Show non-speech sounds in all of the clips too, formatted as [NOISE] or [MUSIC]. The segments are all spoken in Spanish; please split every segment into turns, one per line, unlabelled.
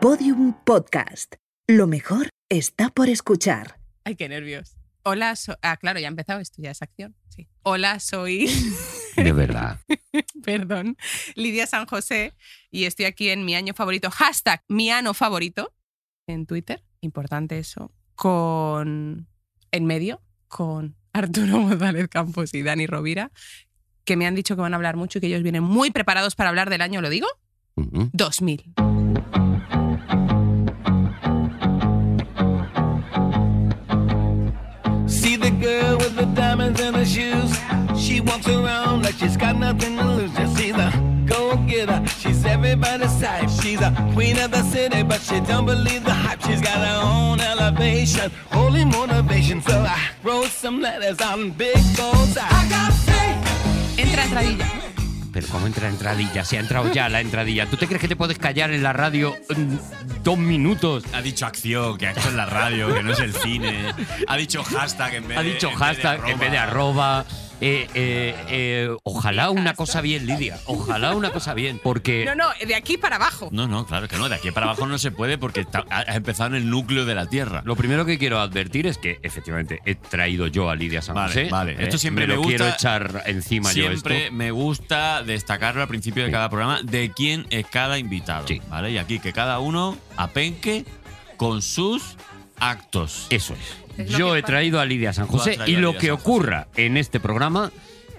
Podium Podcast. Lo mejor está por escuchar.
Ay, qué nervios. Hola, so- ah, claro, ya ha empezado esto, ya es acción. Sí. Hola, soy, [LAUGHS]
De verdad.
perdón, Lidia San José y estoy aquí en mi año favorito, hashtag mi ano favorito en Twitter, importante eso, con, en medio, con [LAUGHS] Arturo González Campos y Dani Rovira, que me han dicho que van a hablar mucho y que ellos vienen muy preparados para hablar del año, ¿lo digo?
Ujú.
2000.
See the girl with the diamonds in her shoes. She walks around like she's got nothing to lose. Just see the go getter. She's everybody's type. She's a queen of the city, but she don't believe the hype. She's got her own elevation, holy motivation. So I wrote some letters on big goals. I got faith.
Entra entradilla.
Pero ¿cómo entra la entradilla? Se ha entrado ya la entradilla. ¿Tú te crees que te puedes callar en la radio mm, dos minutos?
Ha dicho acción, que acción es la radio, que no es el cine. Ha dicho hashtag en vez
Ha
de.
dicho
en vez de
hashtag Eh, en vez de arroba. Eh, eh, eh, ojalá una cosa bien, Lidia. Ojalá una cosa bien. Porque
No, no, de aquí para abajo.
No, no, claro que no. De aquí para abajo no se puede porque ta- has empezado en el núcleo de la Tierra.
lo primero que quiero advertir es que efectivamente he traído yo a Lidia San
Vale,
José.
vale. Esto siempre
eh. me
me
lo
gusta.
quiero echar encima yo
Siempre
esto.
me gusta destacarlo al principio de
Sí.
cada programa de quién es cada invitado.
Sí.
¿Vale? Y aquí que cada uno apenque con sus actos.
Eso es.
Es lo
Yo
que
he
pasa.
traído a Lidia San
Tú has
José
traído
y
a
lo
Lidia
que
San José.
ocurra en este programa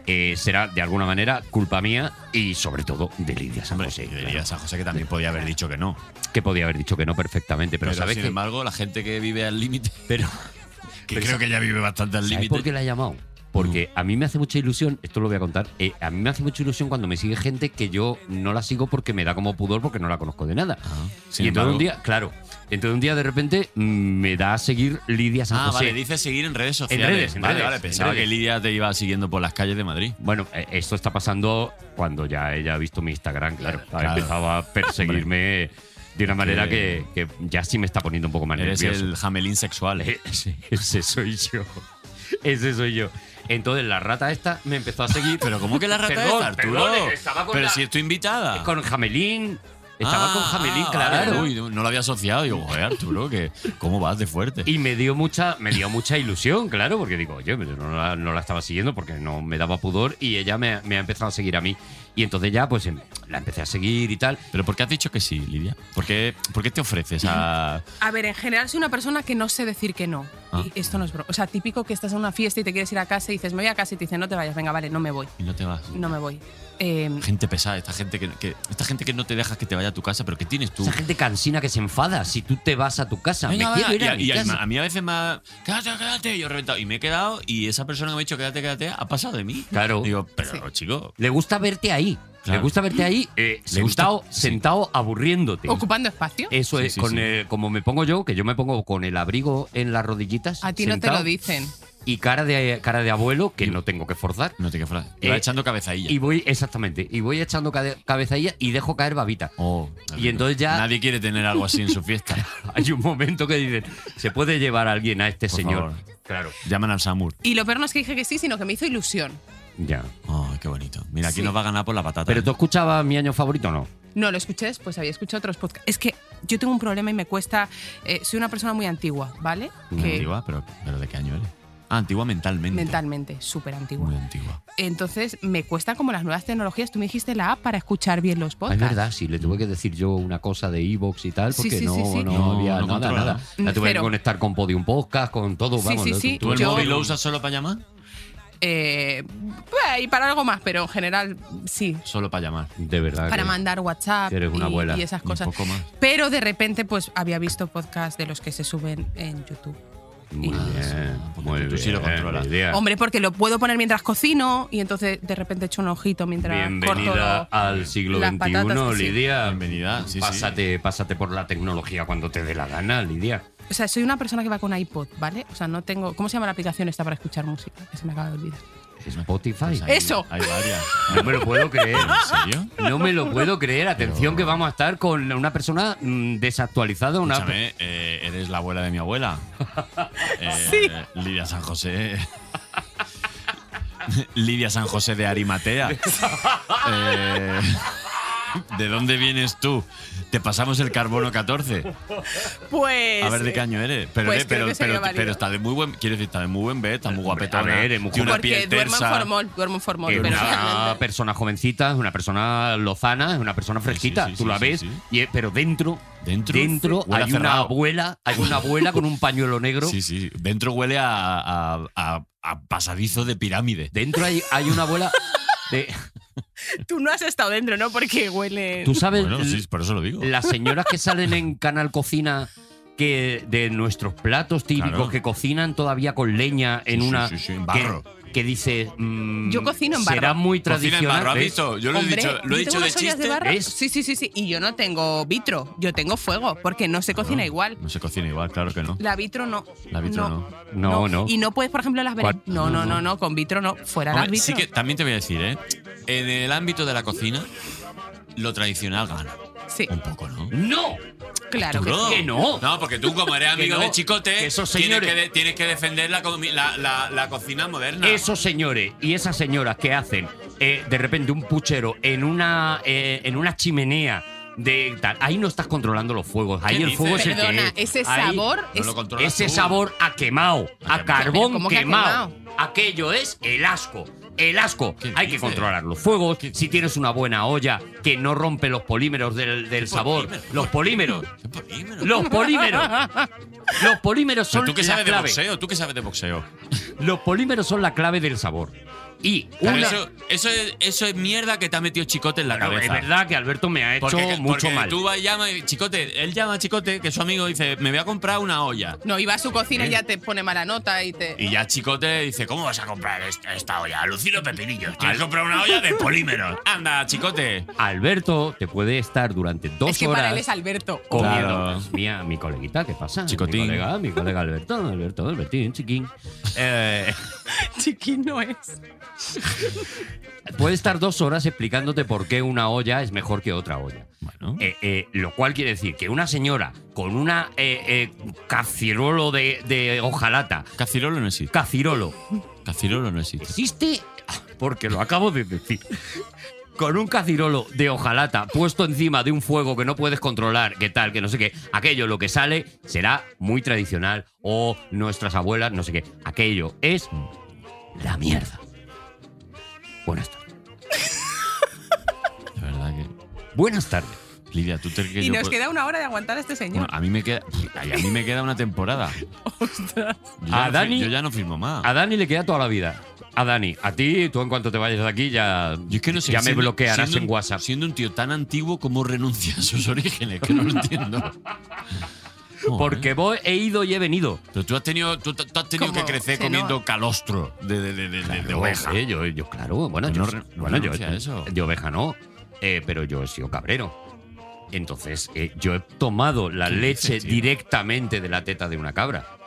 eh, será de alguna manera culpa mía y sobre todo de Lidia San
Hombre,
José.
y
claro,
diría San José que también podía haber dicho que no.
Que podía haber dicho que no perfectamente, pero,
Pero,
¿sabes
sin
qué?
embargo, la gente que vive al límite.
Pero,
[LAUGHS] Que
pero
creo que ya vive bastante al
¿sabes
límite. Mm.
por qué la he llamado? Porque a mí me hace mucha ilusión, esto lo voy a contar, eh, a mí me hace mucha ilusión cuando me sigue gente que yo no la sigo porque me da como pudor porque no la conozco de nada.
Ah, sin
y entonces
embargo-
un día, claro, entonces un día de repente mm, me da a seguir Lidia San
Ah,
José.
vale, dice seguir en redes sociales.
redes, Pues en
vale,
redes,
vale,
en
pensaba
redes.
que Lidia te iba siguiendo por las calles de Madrid.
Bueno, eh, esto está pasando cuando ya ella ha visto mi Instagram, claro. Ha
Claro.
empezado a perseguirme de una manera que,
Que-
que ya sí me está poniendo un poco más
Eres
nervioso. Eh,
el jamelín sexual. [LAUGHS]
Ese, [LAUGHS] ese soy yo. Ese soy yo. Entonces la rata esta me empezó a seguir.
Pero ¿cómo que la rata
Perdón,
es Arturo?
perdón, estaba con
Pero
la-
si es tu invitada.
Con Jamelín. Estaba
Ah,
con Jamelín,
ah,
claro.
vale, uy, no lo había asociado. Digo, joder, Arturo, que ¿cómo vas de fuerte?
Y me dio mucha, me dio mucha ilusión, claro, porque digo, oye, pero no la, no la estaba siguiendo porque no me daba pudor y ella me, me ha empezado a seguir a mí. Y entonces ya, pues em, la empecé a seguir y tal.
¿Pero por qué has dicho que sí, Lidia? ¿Por qué, por qué te ofreces a...?
A ver, en general soy una persona que no sé decir que no.
Ah.
Y esto no es broma. O sea, típico que estás en una fiesta y te quieres ir a casa y dices, me voy a casa y te dicen, no te vayas, venga, vale, no me voy,
Mm.
Y no te vas.
no me voy. Eh,
Gente pesada, esta gente que, que- esta gente que no te dejas que te vaya a tu casa, pero que tienes tú.
Esa gente cansina que se enfada si tú te vas a tu casa.
Venga,
me quiero
va,
ir
y
a,
a,
mi
y a-
casa.
a mí a veces me ha... Quédate, quédate. Y yo he reventado. Y me he quedado y esa persona que me ha dicho quédate, quédate, ha pasado de mí.
Claro.
Digo, pero chico,
Le gusta verte ahí.
Claro.
Le gusta verte ahí eh,
Le gusta-
sentado,
sí.
sentado aburriéndote.
¿Ocupando espacio?
Eso
Sí,
es,
sí,
con
sí.
el- como me pongo yo, que yo me pongo con el abrigo en las rodillitas.
A ti no te
sentado,
lo dicen.
Y cara de, cara de abuelo, que no tengo que forzar.
No te que fuera.
Eh,
Iba echando cabezadilla.
Y voy, exactamente, y voy echando cade- cabecilla y dejo caer
[LAUGHS]
babita.
Oh,
y entonces ya-
Nadie quiere tener algo así en su
[LAUGHS]
fiesta.
Hay un momento que dicen, ¿se puede llevar a alguien a este
Por
señor?
favor.
Claro.
Llaman al Samur.
Y lo peor no es que dije que sí, sino que me hizo ilusión.
Ya.
Oh, qué bonito. Mira, aquí
Sí.
nos va a ganar por la patata. ¿eh?
Pero tú escuchabas mi año favorito o no?
No, lo escuché después, había escuchado otros podcasts. Es que yo tengo un problema y me cuesta... eh, soy una persona muy antigua, ¿vale?
Muy
Que-
antigua, pero, pero ¿de qué año eres? Ah, antigua mentalmente.
mentalmente, súper antigua.
Muy antigua.
Entonces me cuesta como las nuevas tecnologías. Tú me dijiste la app para escuchar bien los
Ah, Es
podcasts.
verdad, sí, le tuve que decir yo una cosa de Evox y tal,
Sí,
porque
sí,
no,
sí, sí.
no
No,
había
no
nada,
controlaba.
nada. La tuve
Cero.
que conectar con Podium Podcast, con todo,
Sí,
vamos.
sí,
lo-
sí.
tuve
Yo-
móvil-
solo para llamar?
Eh, y para algo más, pero en general sí.
Solo para llamar.
De verdad.
para
que-
mandar WhatsApp
que eres una
y-
abuela.
y, esas
Un
cosas.
poco más.
Pero de repente, pues había visto podcasts de los que se suben en YouTube.
Muy
Ah,
bien, eh,
sí, porque
muy
tú sí lo
bien,
controlas.
mi idea.
Hombre, porque lo puedo poner mientras cocino y entonces de repente echo un ojito mientras corto.
Bienvenida
lo-
al siglo
las
XXI,
patatas, sí.
Lidia.
Bienvenida, sí, sí.
pásate, pásate por la tecnología cuando te dé la gana, Lidia.
O sea, soy una persona que va con iPod, ¿vale? O sea, no tengo. ¿Cómo se llama la aplicación esta para escuchar música? Que se me acaba de olvidar.
Spotify.
Pues hay-
¡Eso!
Hay varias.
No me lo puedo creer.
[LAUGHS]
¿En serio?
No me lo puedo creer. Atención
Pero-
que vamos a estar con una persona mm, desactualizada, una
Escúchame, eh, eres la abuela de mi
[LAUGHS]
abuela. Eh, Lidia San José. [LAUGHS]
[LAUGHS]
Lidia San José de Arimatea. Eh, ¿De dónde vienes tú? Te pasamos el carbono 14.
Pues.
A ver de qué año eres. Pero,
Pues
eh,
creo
pero,
que sería
pero-
válido.
pero está de muy buen. Quiero decir, está de muy buen B, está muy
Hombre, a
guapetona.
ver, es muy
tiene una
joven.
piel
porque duermo en
tersa.
formol, duermo en formol.
Es
pero
una persona jovencita, es una persona lozana, es una persona fresquita.
sí, sí,
Tú la
sí,
ves,
sí.
y es- pero dentro,
Dentro,
dentro
huele a
hay una
cerrado.
abuela, hay una abuela con un pañuelo negro.
Sí, sí. Dentro huele a, a- a- a pasadizo de pirámide.
Dentro hay, hay una abuela. De,
[LAUGHS] Tú no has estado dentro, ¿no? Porque huele.
[LAUGHS]
Tú sabes
Bueno, sí, por eso lo digo.
las señoras que salen en Canal Cocina que de nuestros platos típicos
Claro.
que cocinan todavía con leña en
Sí, sí,
una
sí, sí, en barro.
que, que dice mm,
Yo cocino en barro.
será muy
Cocina
tradicional ¿eh?
en barro, ¿has
¿ves?
visto? Yo lo he
Hombre,
dicho, lo he
yo
dicho
tengo
de
unas ollas
chiste.
barro.
¿Ves?
Sí, sí, sí, sí. Y yo no tengo vitro, yo tengo fuego, porque no se
Ah.
cocina igual.
No se cocina igual, claro que no.
La vitro no.
La vitro no.
no no
Y no puedes, por ejemplo, las berenjenas.
Cuatro.
No, no, no, no, con vitro no. Fuera
Hombre,
las vitro.
sí que también te voy a decir, ¿eh? En el ámbito de la cocina, lo tradicional gana.
Sí,
Un poco, ¿no?
no
claro que
Bro.
sí.
que no.
No, porque tú, como eres
Que
amigo
no,
de Chicote,
que esos
tienes,
señores-
que de- tienes que defender la, comi- la- la- la cocina moderna.
esos señores y esas señoras que hacen eh, de repente un puchero en una eh, en una chimenea de tal ahí no estás controlando los fuegos ahí
¿Qué
el
dices?
fuego es el que
Perdona,
es.
ese
Ahí-
sabor
no
es
lo controlas
Ese
tú.
sabor a quemado, a
¿Pero
carbón
cómo que a
quemado. Aquello es el asco. El asco.
¿Qué
Hay que
dices?
controlar los fuegos. Si tienes una buena olla que no rompe los polímeros del, del sabor.
polímeros?
Los polímeros.
Qué polímero.
Los polímeros. Los polímeros
Pero
son
tú que
la
sabes de
clave.
boxeo, tú que sabes de boxeo.
Los polímeros son la clave del sabor. Y
Pero
una-
eso, eso, es, eso es mierda que te ha metido Chicote en la
Claro,
cabeza.
es verdad que Alberto me ha hecho
Porque,
mucho
porque
mal.
tú vas y llamas, y Chicote, él llama a Chicote, que es su amigo, y dice, me voy a comprar una olla.
No, iba a su cocina y ya te pone mala nota y te.
Y ya Chicote dice, ¿cómo vas a comprar esta, esta olla? Alucino
Ah.
pepinillos. Tienes que comprar una olla de polímeros.
[LAUGHS]
Anda, Chicote.
Alberto te puede estar durante dos
es que
horas.
para él es Alberto.
comiendo.
Claro.
Mía, mi coleguita, ¿qué pasa?
Chicotín.
Mi colega, mi colega Alberto, Alberto, Albertín, chiquín.
[LAUGHS]
Eh,
Chiquino es.
puede estar dos horas explicándote por qué una olla es mejor que otra olla.
Bueno.
Eh, eh, lo cual quiere decir que una señora con una eh, eh, cacerolo de, de hojalata,
Cacirolo no existe.
cacirolo,
Cacirolo no existe.
existe porque lo acabo de decir. Con un cacirolo de hojalata puesto encima de un fuego que no puedes controlar, que tal, que no sé qué, aquello lo que sale será muy tradicional o nuestras abuelas, no sé qué. Aquello es la mierda. Buenas tardes.
La verdad que...
Buenas tardes.
Lidia, tú te que
Y
yo
nos
pod-
queda una hora de aguantar a este
Bueno,
señor.
a mí me queda... Ay, a mí me queda
[LAUGHS]
una temporada. Yo ya
A
no fi-
Dani-
Yo ya no firmo más.
A Dani le queda toda la vida. A Dani, a ti, tú en cuanto te vayas de aquí ya,
Yo es que no sé,
ya me
siendo-
bloquearás
siendo
en
un-
WhatsApp.
Siendo un tío tan antiguo, ¿cómo renuncia a sus [LAUGHS] orígenes? Que no lo entiendo. Joder.
Porque voy, he ido y he venido.
Pero tú has tenido, tú, tú has tenido
Como
que crecer
Chenoa.
comiendo calostro de, de, de, de- de- de oveja.
Eh, yo, yo, claro, bueno,
Que
yo,
no re- no
bueno, yo,
renuncia a eso.
de oveja no, eh, pero yo he sido cabrero. Entonces, eh, yo he tomado la
¿Qué
leche
dices, tío?
directamente de la teta de una cabra.
[LAUGHS]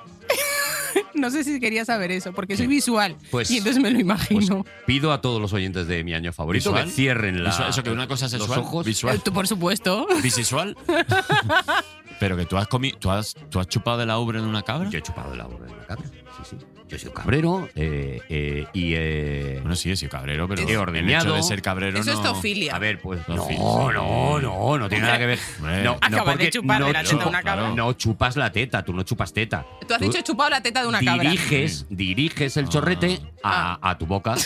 No sé si quería saber eso, porque soy
Sí.
visual.
Pues-
y entonces me lo
Pues
imagino.
pido a todos los oyentes de mi año favorito
¿Visual?
que cierren la,
Eso- eso que una cosa
los
sexual,
ojos.
visual.
Tú, por supuesto. [LAUGHS]
Bisexual. Pero que tú has comido, tú has, tú has chupado de la ubre de una cabra.
[LAUGHS] Yo he chupado la obra de una cabra. Sí, sí. Yo he sido cabrero eh, eh, y... eh,
Bueno, sí, he sido cabrero, pero
He
el hecho
ordeñado.
de ser cabrero
eso
no...
es tofilia.
a ver, pues no,
Zoofilia.
no, no, no tiene nada que ver.
Hombre.
No, no,
Acabas de
porque
chupar de
no
la teta
chupo-
de una cabra.
No chupas la teta, tú no chupas teta.
Tú has dicho he chupado la teta de una cabra.
diriges, diriges el
Ah.
chorrete a, a tu boca.
Esto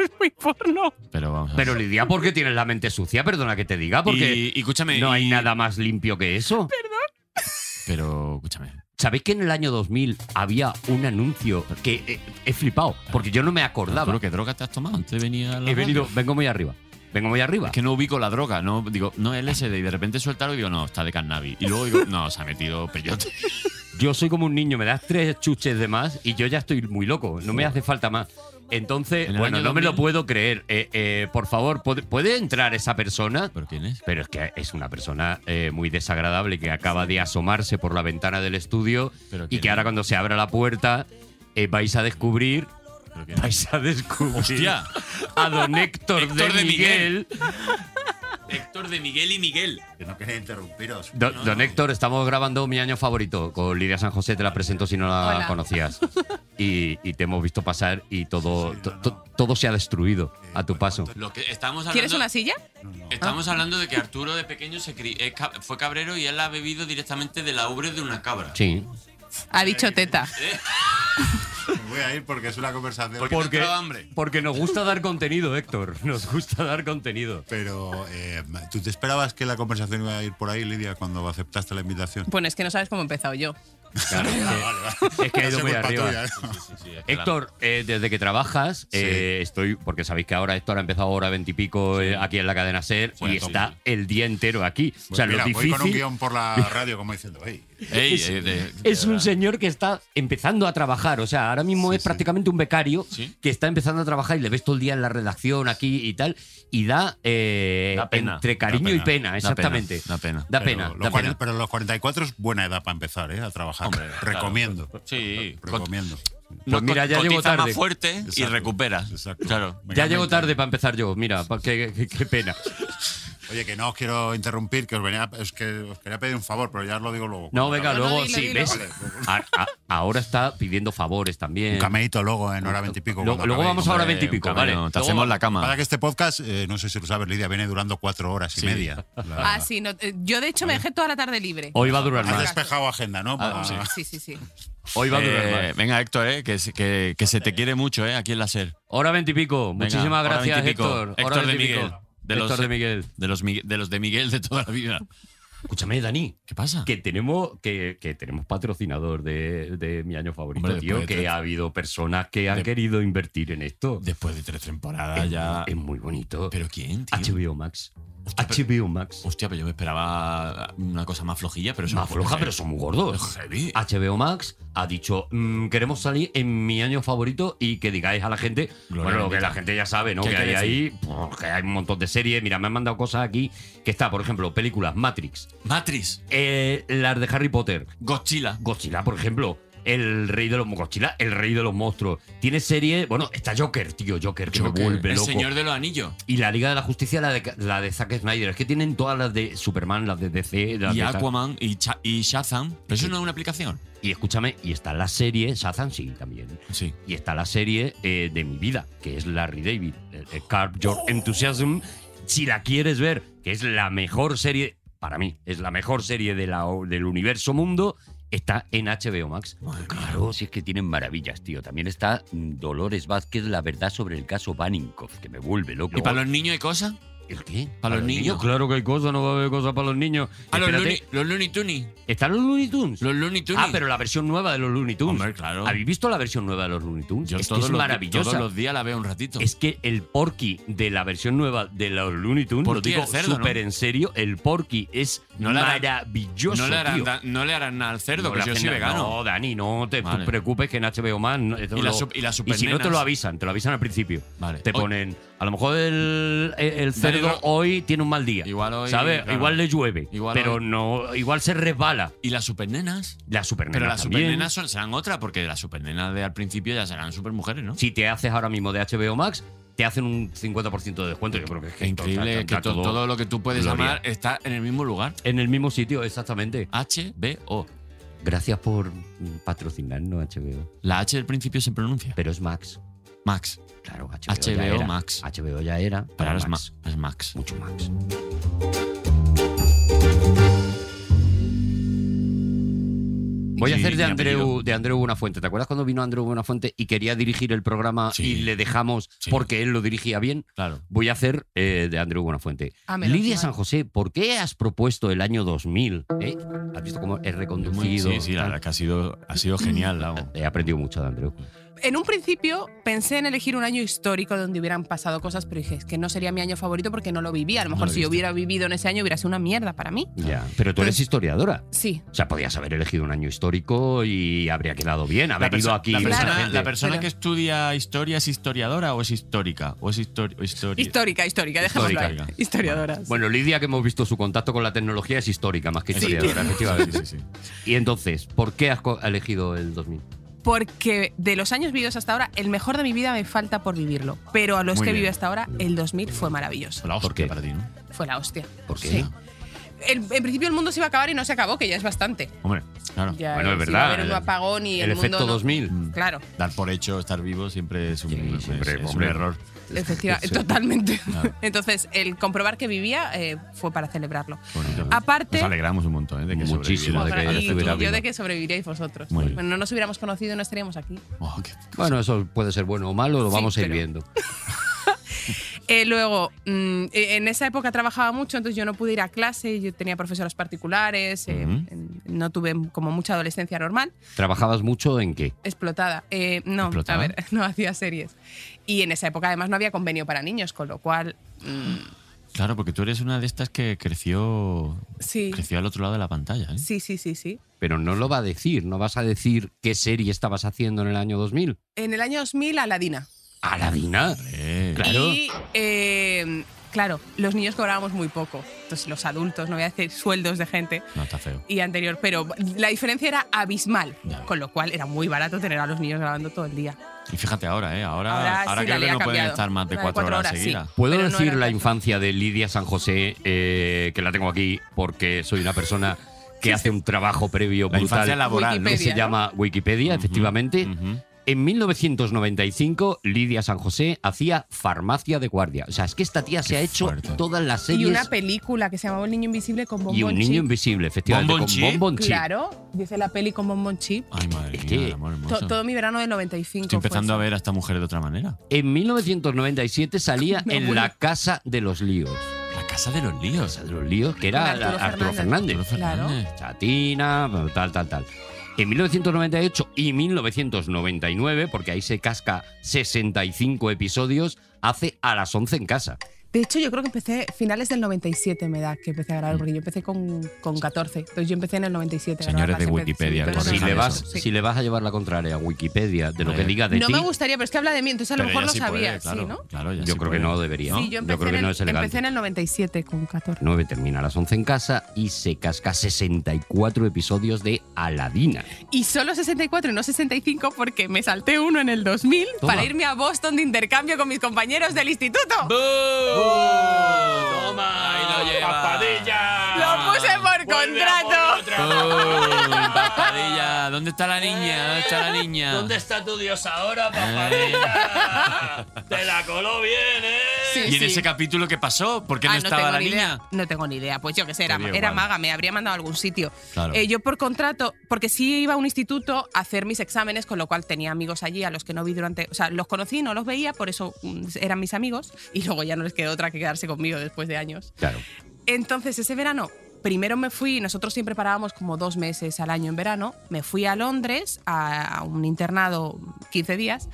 es muy porno.
Pero vamos a ver.
Pero Lidia, ¿por qué tienes la mente sucia? Perdona que te diga, porque
y, y escúchame,
no hay
y-
nada más limpio que eso.
Pero escúchame,
¿Sabéis que en el año 2000 había un anuncio que eh, he flipado? Porque yo no me acordaba.
Arturo, ¿qué droga te has tomado antes de venir a la
He
radio?
venido, vengo muy arriba. Vengo muy arriba.
Es que no ubico la droga, no digo, no es LSD y de repente suelta algo y digo, no, está de cannabis. Y luego digo, no, se ha metido peyote.
Yo soy como un niño, me das tres chuches de más y yo ya estoy muy loco, no me hace falta más. Entonces,
En el
bueno,
año
no me lo
2000.
puedo creer. Eh, eh, por favor, ¿puede, puede entrar esa persona?
¿Pero quién es?
Pero es que es una persona eh, muy desagradable que acaba de asomarse por la ventana del estudio
Pero
y
quién
que
es.
ahora cuando se abra la puerta eh, vais a descubrir,
¿Pero quién es?
vais a descubrir
Hostia.
a don Héctor,
Héctor
de
de
Miguel.
Miguel. Héctor de Miguel y Miguel.
Que no quería interrumpiros.
Do- Don, Héctor, estamos grabando mi año favorito con Lidia San José, te la presento si no la
Hola.
conocías. y, y te hemos visto pasar y todo, to- to- todo se ha destruido a tu paso.
Lo que estamos
¿Quieres
hablando,
una silla?
estamos hablando de que Arturo de pequeño se cri- es ca- fue cabrero y él ha bebido directamente de la ubre de una cabra.
Sí.
Ha dicho teta.
Voy a ir porque es una conversación.
Porque- te ha entrado hambre.
porque nos gusta dar contenido, Héctor. Nos gusta dar contenido.
Pero, eh, ¿tú te esperabas que la conversación iba a ir por ahí, Lidia, cuando aceptaste la invitación?
Bueno, es que no sabes cómo he empezado yo.
Claro, es que- [LAUGHS] es que ha ido
No
muy
sé, culpa
arriba.
tuya, ¿no?
Héctor, eh, desde que trabajas, eh, estoy, porque sabéis que ahora Héctor ha empezado hora veintipico eh, aquí en la cadena Ser y
Bueno,
está
sí.
el día entero aquí. o sea,
Pues Mira,
lo
voy con un
difícil
guión
[LAUGHS]
por la radio como diciendo, "Ey,
Ey,
Es-
eh, de- de
es un
verdad.
señor que está empezando a trabajar. O sea, ahora mismo
Sí,
es
sí.
prácticamente un becario
Sí.
que está empezando a trabajar y le ves todo el día en la redacción aquí y tal. Y da, eh,
Da pena.
entre cariño
Da
y pena, exactamente.
Da pena.
Da
pero
pena,
los
da
cuaren-
pena.
Pero los 44 es buena edad para empezar, ¿eh? A trabajar.
Hombre, claro.
Recomiendo.
Sí.
Recomiendo.
Pues mira, ya llego
Cotiza
tarde.
más fuerte y
Exacto,
recuperas.
exacto.
Claro.
Ya llego tarde para empezar yo, mira, pa- qué, qué- qué pena.
Oye, que no os quiero interrumpir, que os, venía, es que os quería pedir un favor, pero ya os lo digo luego.
No, venga,
No, no,
luego
dilo,
sí,
dilo. pues,
¿ves? A- a- ahora está pidiendo favores también.
Un cameíto luego en hora 20 y pico.
Lo-
cuando
luego
acabéis.
vamos ahora
Hombre,
20 y pico,
Eh, un camino,
vale.
Te
Luego-
hacemos la
Para
cama.
que este podcast, eh, no sé si lo sabes, Lidia, viene durando cuatro horas y
Sí. [LAUGHS]
media. La-
Ah, sí. no- eh, yo, de hecho, me dejé toda la tarde libre.
Hoy va a durar
Has
más.
despejado agenda, ¿no?
Ah,
Para-
sí.
Sí, sí, sí.
Hoy va a durar
Eh,
más.
venga, Héctor, eh, que, se- que- que se te quiere mucho eh, aquí en la SER.
Hora 20 y pico.
Venga,
Muchísimas
hora
gracias,
20 y pico.
Héctor. Hora
Héctor de
20 y pico.
Miguel. De los-
Héctor de Miguel.
De los, Migue- de los de Miguel de toda la vida.
Escúchame, Dani.
¿Qué pasa?
que tenemos que, que tenemos patrocinador de, de mi año favorito,
Hombre,
tío,
después de
que
tres-
ha habido personas que han
de-
querido invertir en esto.
Después de tres temporadas
es,
ya.
es muy bonito.
¿Pero quién, tío?
HBO Max.
Hostia, pero-
HBO Max.
Hostia, pero yo me esperaba una cosa más flojilla, pero son- ¿eh?
Más floja, pero son muy gordos.
Heavy.
HBO Max ha dicho, mm, queremos salir en mi año favorito y que digáis a la gente,
Gloria
bueno, lo
bendita.
que la gente ya sabe, ¿no?
¿Qué
Que
hay
hay
que
ahí, pues, que hay un montón de series. Mira, me han mandado cosas aquí que está, por ejemplo, películas Matrix,
Matrix,
eh, las de Harry Potter,
Godzilla.
Godzilla, por ejemplo, el rey de los Godzilla, el rey de los monstruos. Tiene serie, bueno, está Joker, tío, Joker, que
Joker,
me vuelve
el
loco.
señor de los anillos.
Y la Liga de la Justicia, la de, la de Zack Snyder. Es que tienen todas las de Superman, las de DC, las
y
de tal.
Aquaman y, Cha- y Shazam. Pero eso no es una aplicación.
Y escúchame, y está la serie, Shazam sí también.
Sí.
Y está la serie eh, de mi vida, que es Larry David, el- el Curb Your Enthusiasm. Si la quieres ver, que es la mejor serie, para mí, es la mejor serie de la, del universo mundo, está en HBO Max.
Claro, si es que tienen maravillas, tío. También está mm, Dolores Vázquez, la verdad sobre el caso Baninkoff, que me vuelve loco.
¿Y para los niños hay cosas?
¿El qué?
¿Para los niños?
Claro que hay cosas, no va a haber cosas para los niños.
Ah, los
Espérate,
Looney, los Looney Tunes.
¿Están los Looney Tunes?
Los Looney Tunes.
Ah, pero la versión nueva de los Looney Tunes.
Hombre, claro.
¿Habéis visto la versión nueva de los Looney Tunes?
Yo
es que
todos
es
los-
maravillosa.
Todos los días la veo un ratito.
Es que el Porky de la versión nueva de los Looney Tunes,
Porky
lo digo
el cerdo,
súper
¿no?
en serio, el Porky es
No le harán-
maravilloso,
no, le harán
tío.
da- no le harán nada al cerdo,
No
que
le
yo
hacen
soy
nada.
vegano.
No, Dani, no te
Vale.
preocupes que en HBO Más... no, esto
y, la
lo-
sup- y las
y si no te
supernenas.
lo avisan, te lo avisan al principio.
Vale.
Te
Hoy-
ponen, a lo mejor el, el- el
Dani
cerdo
Ro-
hoy tiene un mal día.
Igual hoy,
¿Sabes?
claro.
Igual le llueve,
Igual
pero
hoy-
no, igual se resbala.
Y las supernenas.
La supernena
Pero las
también.
supernenas son- serán otra, porque las supernenas de al principio ya serán supermujeres, ¿no?
Si te haces ahora mismo de HBO Max, te hacen un 50% de descuento. Yo creo que es que
Qué increíble, es
está-
que
está
to- todo, lo que tú puedes
gloria.
amar está en el mismo lugar.
En el mismo sitio, exactamente.
HBO.
Gracias por mm, patrocinarnos, HBO.
La H del principio se pronuncia.
Pero es Max.
Max.
Claro, HBO, ya
HBO
era.
Max.
HBO ya era.
Pero
Para
ahora es
Max.
Ma- es Max.
Mucho Max. Voy a
Sí,
hacer de
mi
Andreu,
apellido.
de Andreu Buenafuente. ¿Te acuerdas cuando vino Andreu Buenafuente y quería dirigir el programa
Sí.
y le dejamos
Sí.
porque él lo dirigía bien?
Claro.
Voy a hacer eh, de Andreu Buenafuente.
Ah, menos
Lidia
mal.
San José, ¿por qué has propuesto el año 2000? eh? ¿Has visto cómo he reconducido?
sí, sí, la
tal?
verdad que ha sido, ha sido genial, vamos.
He aprendido mucho de Andreu.
Ah.
En un principio pensé en elegir un año histórico donde hubieran pasado cosas, pero dije, es que no sería mi año favorito porque no lo viví. A lo mejor
lo
si yo
viste.
hubiera vivido en ese año hubiera sido una mierda para mí.
Ya. Pero tú
Pues-
eres historiadora.
Sí.
O sea, podías haber elegido un año histórico y habría quedado bien, haber
perso-
ido aquí.
la
mucha
persona,
Claro.
gente.
la persona
Pero-
que estudia historia es historiadora o es histórica o es histori- o historia.
Histórica, histórica, dejémoslo ahí.
Histórica.
Historiadora.
Bueno, Lidia, que hemos visto su contacto con la tecnología, es histórica más que
Sí.
[LAUGHS]
historiadora, efectivamente.
Sí, sí, sí.
Y entonces, ¿por qué has co- elegido el 2000?
Porque de los años vividos hasta ahora, el mejor de mi vida me falta por vivirlo. Pero a los
Muy
que
bien.
viví hasta ahora, el 2000 fue maravilloso.
La hostia
qué?
para ti, ¿no?
Fue la hostia.
¿Por qué?
Sí. el- en principio el mundo se iba a acabar y no se acabó, que ya es bastante.
Hombre, claro.
Ya
Bueno, es
si
verdad,
va a haber un
el-
apagón y
El,
el, mundo.
efecto
no-
2000.
Claro,
Dar por hecho estar vivo siempre es un,
Sí,
es-
siempre,
es un
hombre.
error.
efectivamente,
Sí.
totalmente.
Claro.
[LAUGHS] Entonces, el comprobar que vivía eh, fue para celebrarlo.
Bonito.
Aparte-
Nos alegramos un montón ¿eh? de que
Muchísimo
sobreviviera.
de que
Y- y,
estuviera
yo
vivo.
de que sobreviviríais vosotros.
Muy bien.
Bueno, no nos hubiéramos conocido y no estaríamos aquí.
Oh, qué-
Bueno, eso puede ser bueno o malo, lo
Sí,
vamos a ir
pero-
viendo.
Eh, luego, mm, eh, en esa época trabajaba mucho, entonces yo no pude ir a clase, yo tenía profesoras particulares, eh,
Ujú.
en- no tuve como mucha adolescencia normal,
¿Trabajabas mucho en qué?
explotada. Eh, no,
¿Explotada?
a ver, [LAUGHS] no hacía series. Y en esa época además no había convenio para niños, con lo cual, mm,
Claro, porque tú eres una de estas que creció,
sí,
creció al otro lado de la pantalla. ¿eh?
sí, sí, sí, sí.
Pero no lo va a decir, no vas a decir qué serie estabas haciendo en el año 2000.
En el año 2000, Aladina.
Aladina.
Eh,
Claro.
Y, eh, claro, los niños cobrábamos muy poco, entonces los adultos, no voy a decir sueldos de gente,
No, está feo.
y anterior, pero la diferencia era abismal,
Ya.
con lo cual era muy barato tener a los niños grabando todo el día.
Y fíjate ahora, ¿eh? Ahora,
Ahora
ahora,
sí, la
creo
ley
que
ha
no pueden
cambiado.
estar más de
La de
cuatro,
cuatro
horas,
horas, sí.
seguidas.
Puedo
Pero no
decir
era
la
tanto.
infancia de Lidia San José, eh, que la tengo aquí porque soy una persona que hace un trabajo previo
La infancia
brutal
laboral, ¿no?
que
Wikipedia,
se llama Wikipedia, efectivamente.
Ujú.
En 1995, Lidia San José hacía farmacia de guardia. O sea, es que esta tía se ha hecho
fuerte.
todas las
Y
series
una película que se llamaba El Niño Invisible con Bombón
y un niño
Chip.
invisible, efectivamente,
¿Bombón
con
Chip?
Bombón Chip.
Claro, dice la peli con Bombón Chip.
Ay, madre
Es
mía,
que
el amor
To-
hermoso.
todo mi verano del 95.
Estoy
fue
empezando a
eso.
ver a esta mujer de otra manera.
En
[LAUGHS]
1997 salía
No,
en
bueno.
La Casa de los Líos.
La casa de los líos.
Casa de los Líos, que era
Con
la-
Arturo
Arturo,
Fernández.
Fernández.
Arturo
Claro.
Fernández.
Chatina, tal, tal, tal. En 1998 y 1999, porque ahí se casca 65 episodios, hace a las 11 en casa.
De hecho, yo creo que empecé finales del 97, me da que empecé a
Mm.
grabar, porque yo empecé con, con 14. Entonces yo empecé en el 97. a grabar
Señores de
las empe-
Wikipedia,
pero
Corrijan
Si
no,
le,
eso.
vas,
Sí.
si le vas a llevar la contraria a Wikipedia de lo que
Hombre.
diga de
no
ti,
me gustaría, pero es que habla de mí, entonces a lo
Pero
mejor
ella
lo
sí
sabía,
puede, claro,
¿sí, ¿no?
claro, ella
yo
sí pues.
creo que
puede.
no debería.
Sí, yo
yo,
empecé,
creo que
en,
no
el-
es elegante.
empecé en el 97 con 14.
9 termina a las 11 en casa y se casca 64 episodios de Aladina.
Y solo 64 y no 65 porque me salté uno en el 2000
Toma.
para irme a Boston de intercambio con mis compañeros del instituto. ¡Oh!
Toma, ahí lo lleva.
Lo puse por contrato.
¡Pum! Papadilla, ¿dónde está la niña? ¿Dónde está la niña? Eh, ¿Dónde está tu [LAUGHS] dios ahora, papadilla?
Sí,
¿Y en
sí.
ese capítulo qué pasó? ¿Por qué no
Ah,
estaba
tengo
la
ni
niña?
idea. No tengo ni idea. Pues yo qué sé, era,
Te dio
era
igual.
maga, me habría mandado a algún sitio.
Claro.
Eh, yo por contrato, porque sí iba a un instituto a hacer mis exámenes, con lo cual tenía amigos allí a los que no vi durante. O sea, los conocí, no los veía, por eso mm, eran mis amigos. Y luego ya no les quedó otra que quedarse conmigo después de años.
Claro.
Entonces, ese verano, primero me fui, nosotros siempre parábamos como dos meses al año en verano, me fui a Londres, a, a un internado 15 días,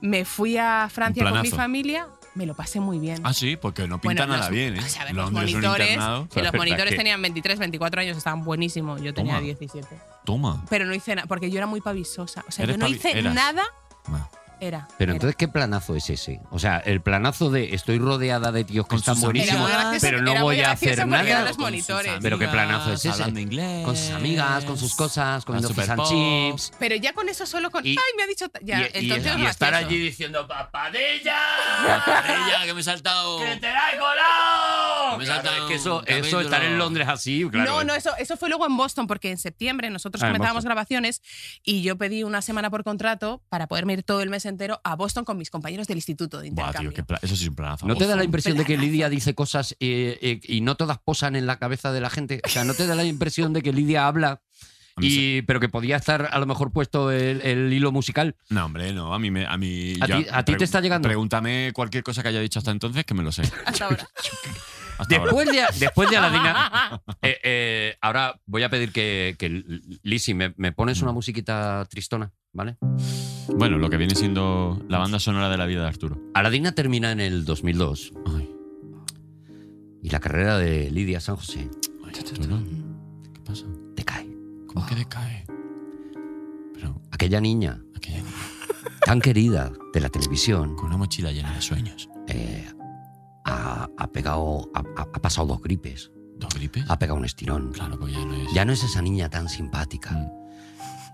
me fui a Francia con mi
planazo.
familia, me lo pasé muy bien.
Ah, sí, porque no
Bueno,
pinta nada
los-
bien, ¿eh?
o sea, a ver, los
Londres, un
monitores, que
internado.
los
[LAUGHS] La verdad
monitores
que-
tenían 23, 24 años, estaban buenísimos, yo tenía
Toma.
17.
Toma.
Pero no hice nada, porque yo era muy pavisosa, o sea,
Eres
yo no
pavi-
hice
eras.
nada,
Ma.
era.
Pero
era.
entonces, ¿qué planazo es ese? O sea, el planazo de estoy rodeada de tíos que
Con
están
sus amigos.
Era
buenísimos,
muy gracioso,
pero no
era muy
voy a hacer
gracioso porque eran
nada.
los monitores.
sus
Pero qué planazo es ese.
Hablando inglés.
Con sus amigas, con sus cosas,
Con
comiendo fish and
Superpop.
chips.
Pero ya con eso solo con...
Y-
¡Ay, me ha dicho... ta- Ya,
y, y-
entonces
y estar
gracioso.
allí diciendo, papadilla,
Papadilla, que me he saltado.
que te la he colado.
Me he
Claro,
saltado
es que eso,
un
eso
capítulo.
estar en Londres así, claro.
Oh, no, no, eso, eso fue luego en Boston, porque en septiembre nosotros
Ah, en
comenzábamos
Boston.
grabaciones y yo pedí una semana por contrato para poderme ir todo el mes entero a Boston con mis compañeros del instituto de
Buah,
intercambio.
tío, qué pla- eso sí es un planazo.
¿No te da la
Ojo.
impresión de que Lidia dice cosas eh, eh, y no todas posan en la cabeza de la gente? O sea, ¿no te da la impresión de que Lidia habla,
A mí
y, pero que podía estar a lo mejor puesto el, el hilo musical?
No, hombre, no. A mí me. A, mí,
¿A ti- a ti te
pregu-
está llegando?
Pregúntame cualquier cosa que haya dicho hasta entonces que me lo sé.
Hasta ahora.
Hasta ahora.
Después de, después de Aladina. [LAUGHS] eh, eh, ahora voy a pedir que, que Lisi, me, me pones una musiquita tristona, ¿vale?
Bueno, lo que viene siendo la banda sonora de la vida de Arturo.
Aladina termina en el 2002
Ay,
y la carrera de Lidia San José
ay, Arturo. ¿Qué pasa?
decae.
¿Cómo que decae? Pero
Aquella niña
aquella
tan querida de la televisión
con una mochila llena de sueños.
eh, ha, ha pegado, ha- ha- ha pasado dos gripes.
¿Dos gripes?
ha pegado un estirón.
Claro, pues ya no es.
Ah, Ya no es esa niña tan simpática.
Mm.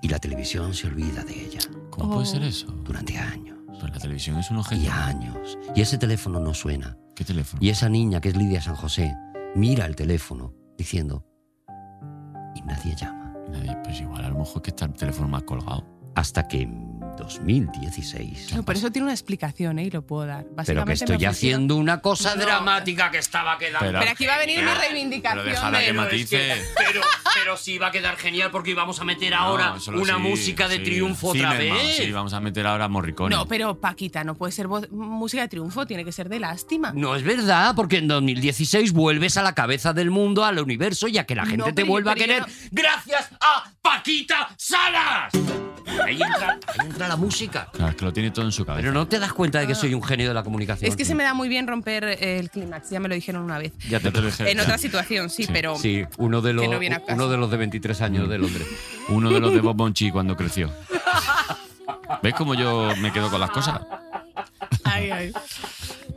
Y la televisión se olvida de ella
¿Cómo
Oh.
puede ser eso?
durante años
Pues la televisión es un
y
objeto.
años. Y ese teléfono no suena.
¿Qué teléfono?
Y esa niña que es Lidia San José mira el teléfono diciendo y nadie llama.
Nadie, Pues igual, a lo mejor que está el teléfono más colgado.
Hasta que en 2016...
No, pero eso tiene una explicación, ¿eh? Y lo puedo dar.
Pero que
Básicamente
estoy
me ofrecieron-
haciendo una cosa
No.
dramática que estaba quedando.
Pero-
Pero aquí va a venir mi
Pero
reivindicación.
Pero déjala
de-
que
Pero es que-
matice.
pero, pero sí va a quedar genial porque íbamos a meter ahora
No, solo
una
sí,
música de
sí.
triunfo otra
Zimmerman,
vez.
Sí, vamos a meter ahora a Morricone.
No, pero Paquita, no puede ser voz- música de triunfo, tiene que ser de lástima.
No es verdad, porque en 2016 vuelves a la cabeza del mundo, al universo, y a que la
No,
gente te
pero-
vuelva a
pero yo
querer gracias a Paquita Salas. Ahí entra, ahí entra la música.
Claro, es que lo tiene todo en su cabeza.
Pero no te das cuenta de que soy un genio de la comunicación.
Ah. Es que se me da muy bien romper eh, el clímax, ya me lo dijeron una vez.
Ya te
No te dejes-
En otra situación, sí,
Sí,
pero.
Sí, uno de los,
Que no viene a casa.
uno de los de 23 años de Londres.
Uno de los de Bob Bonchi cuando creció. ¿Ves cómo yo me quedo con las cosas?
Ay, ay.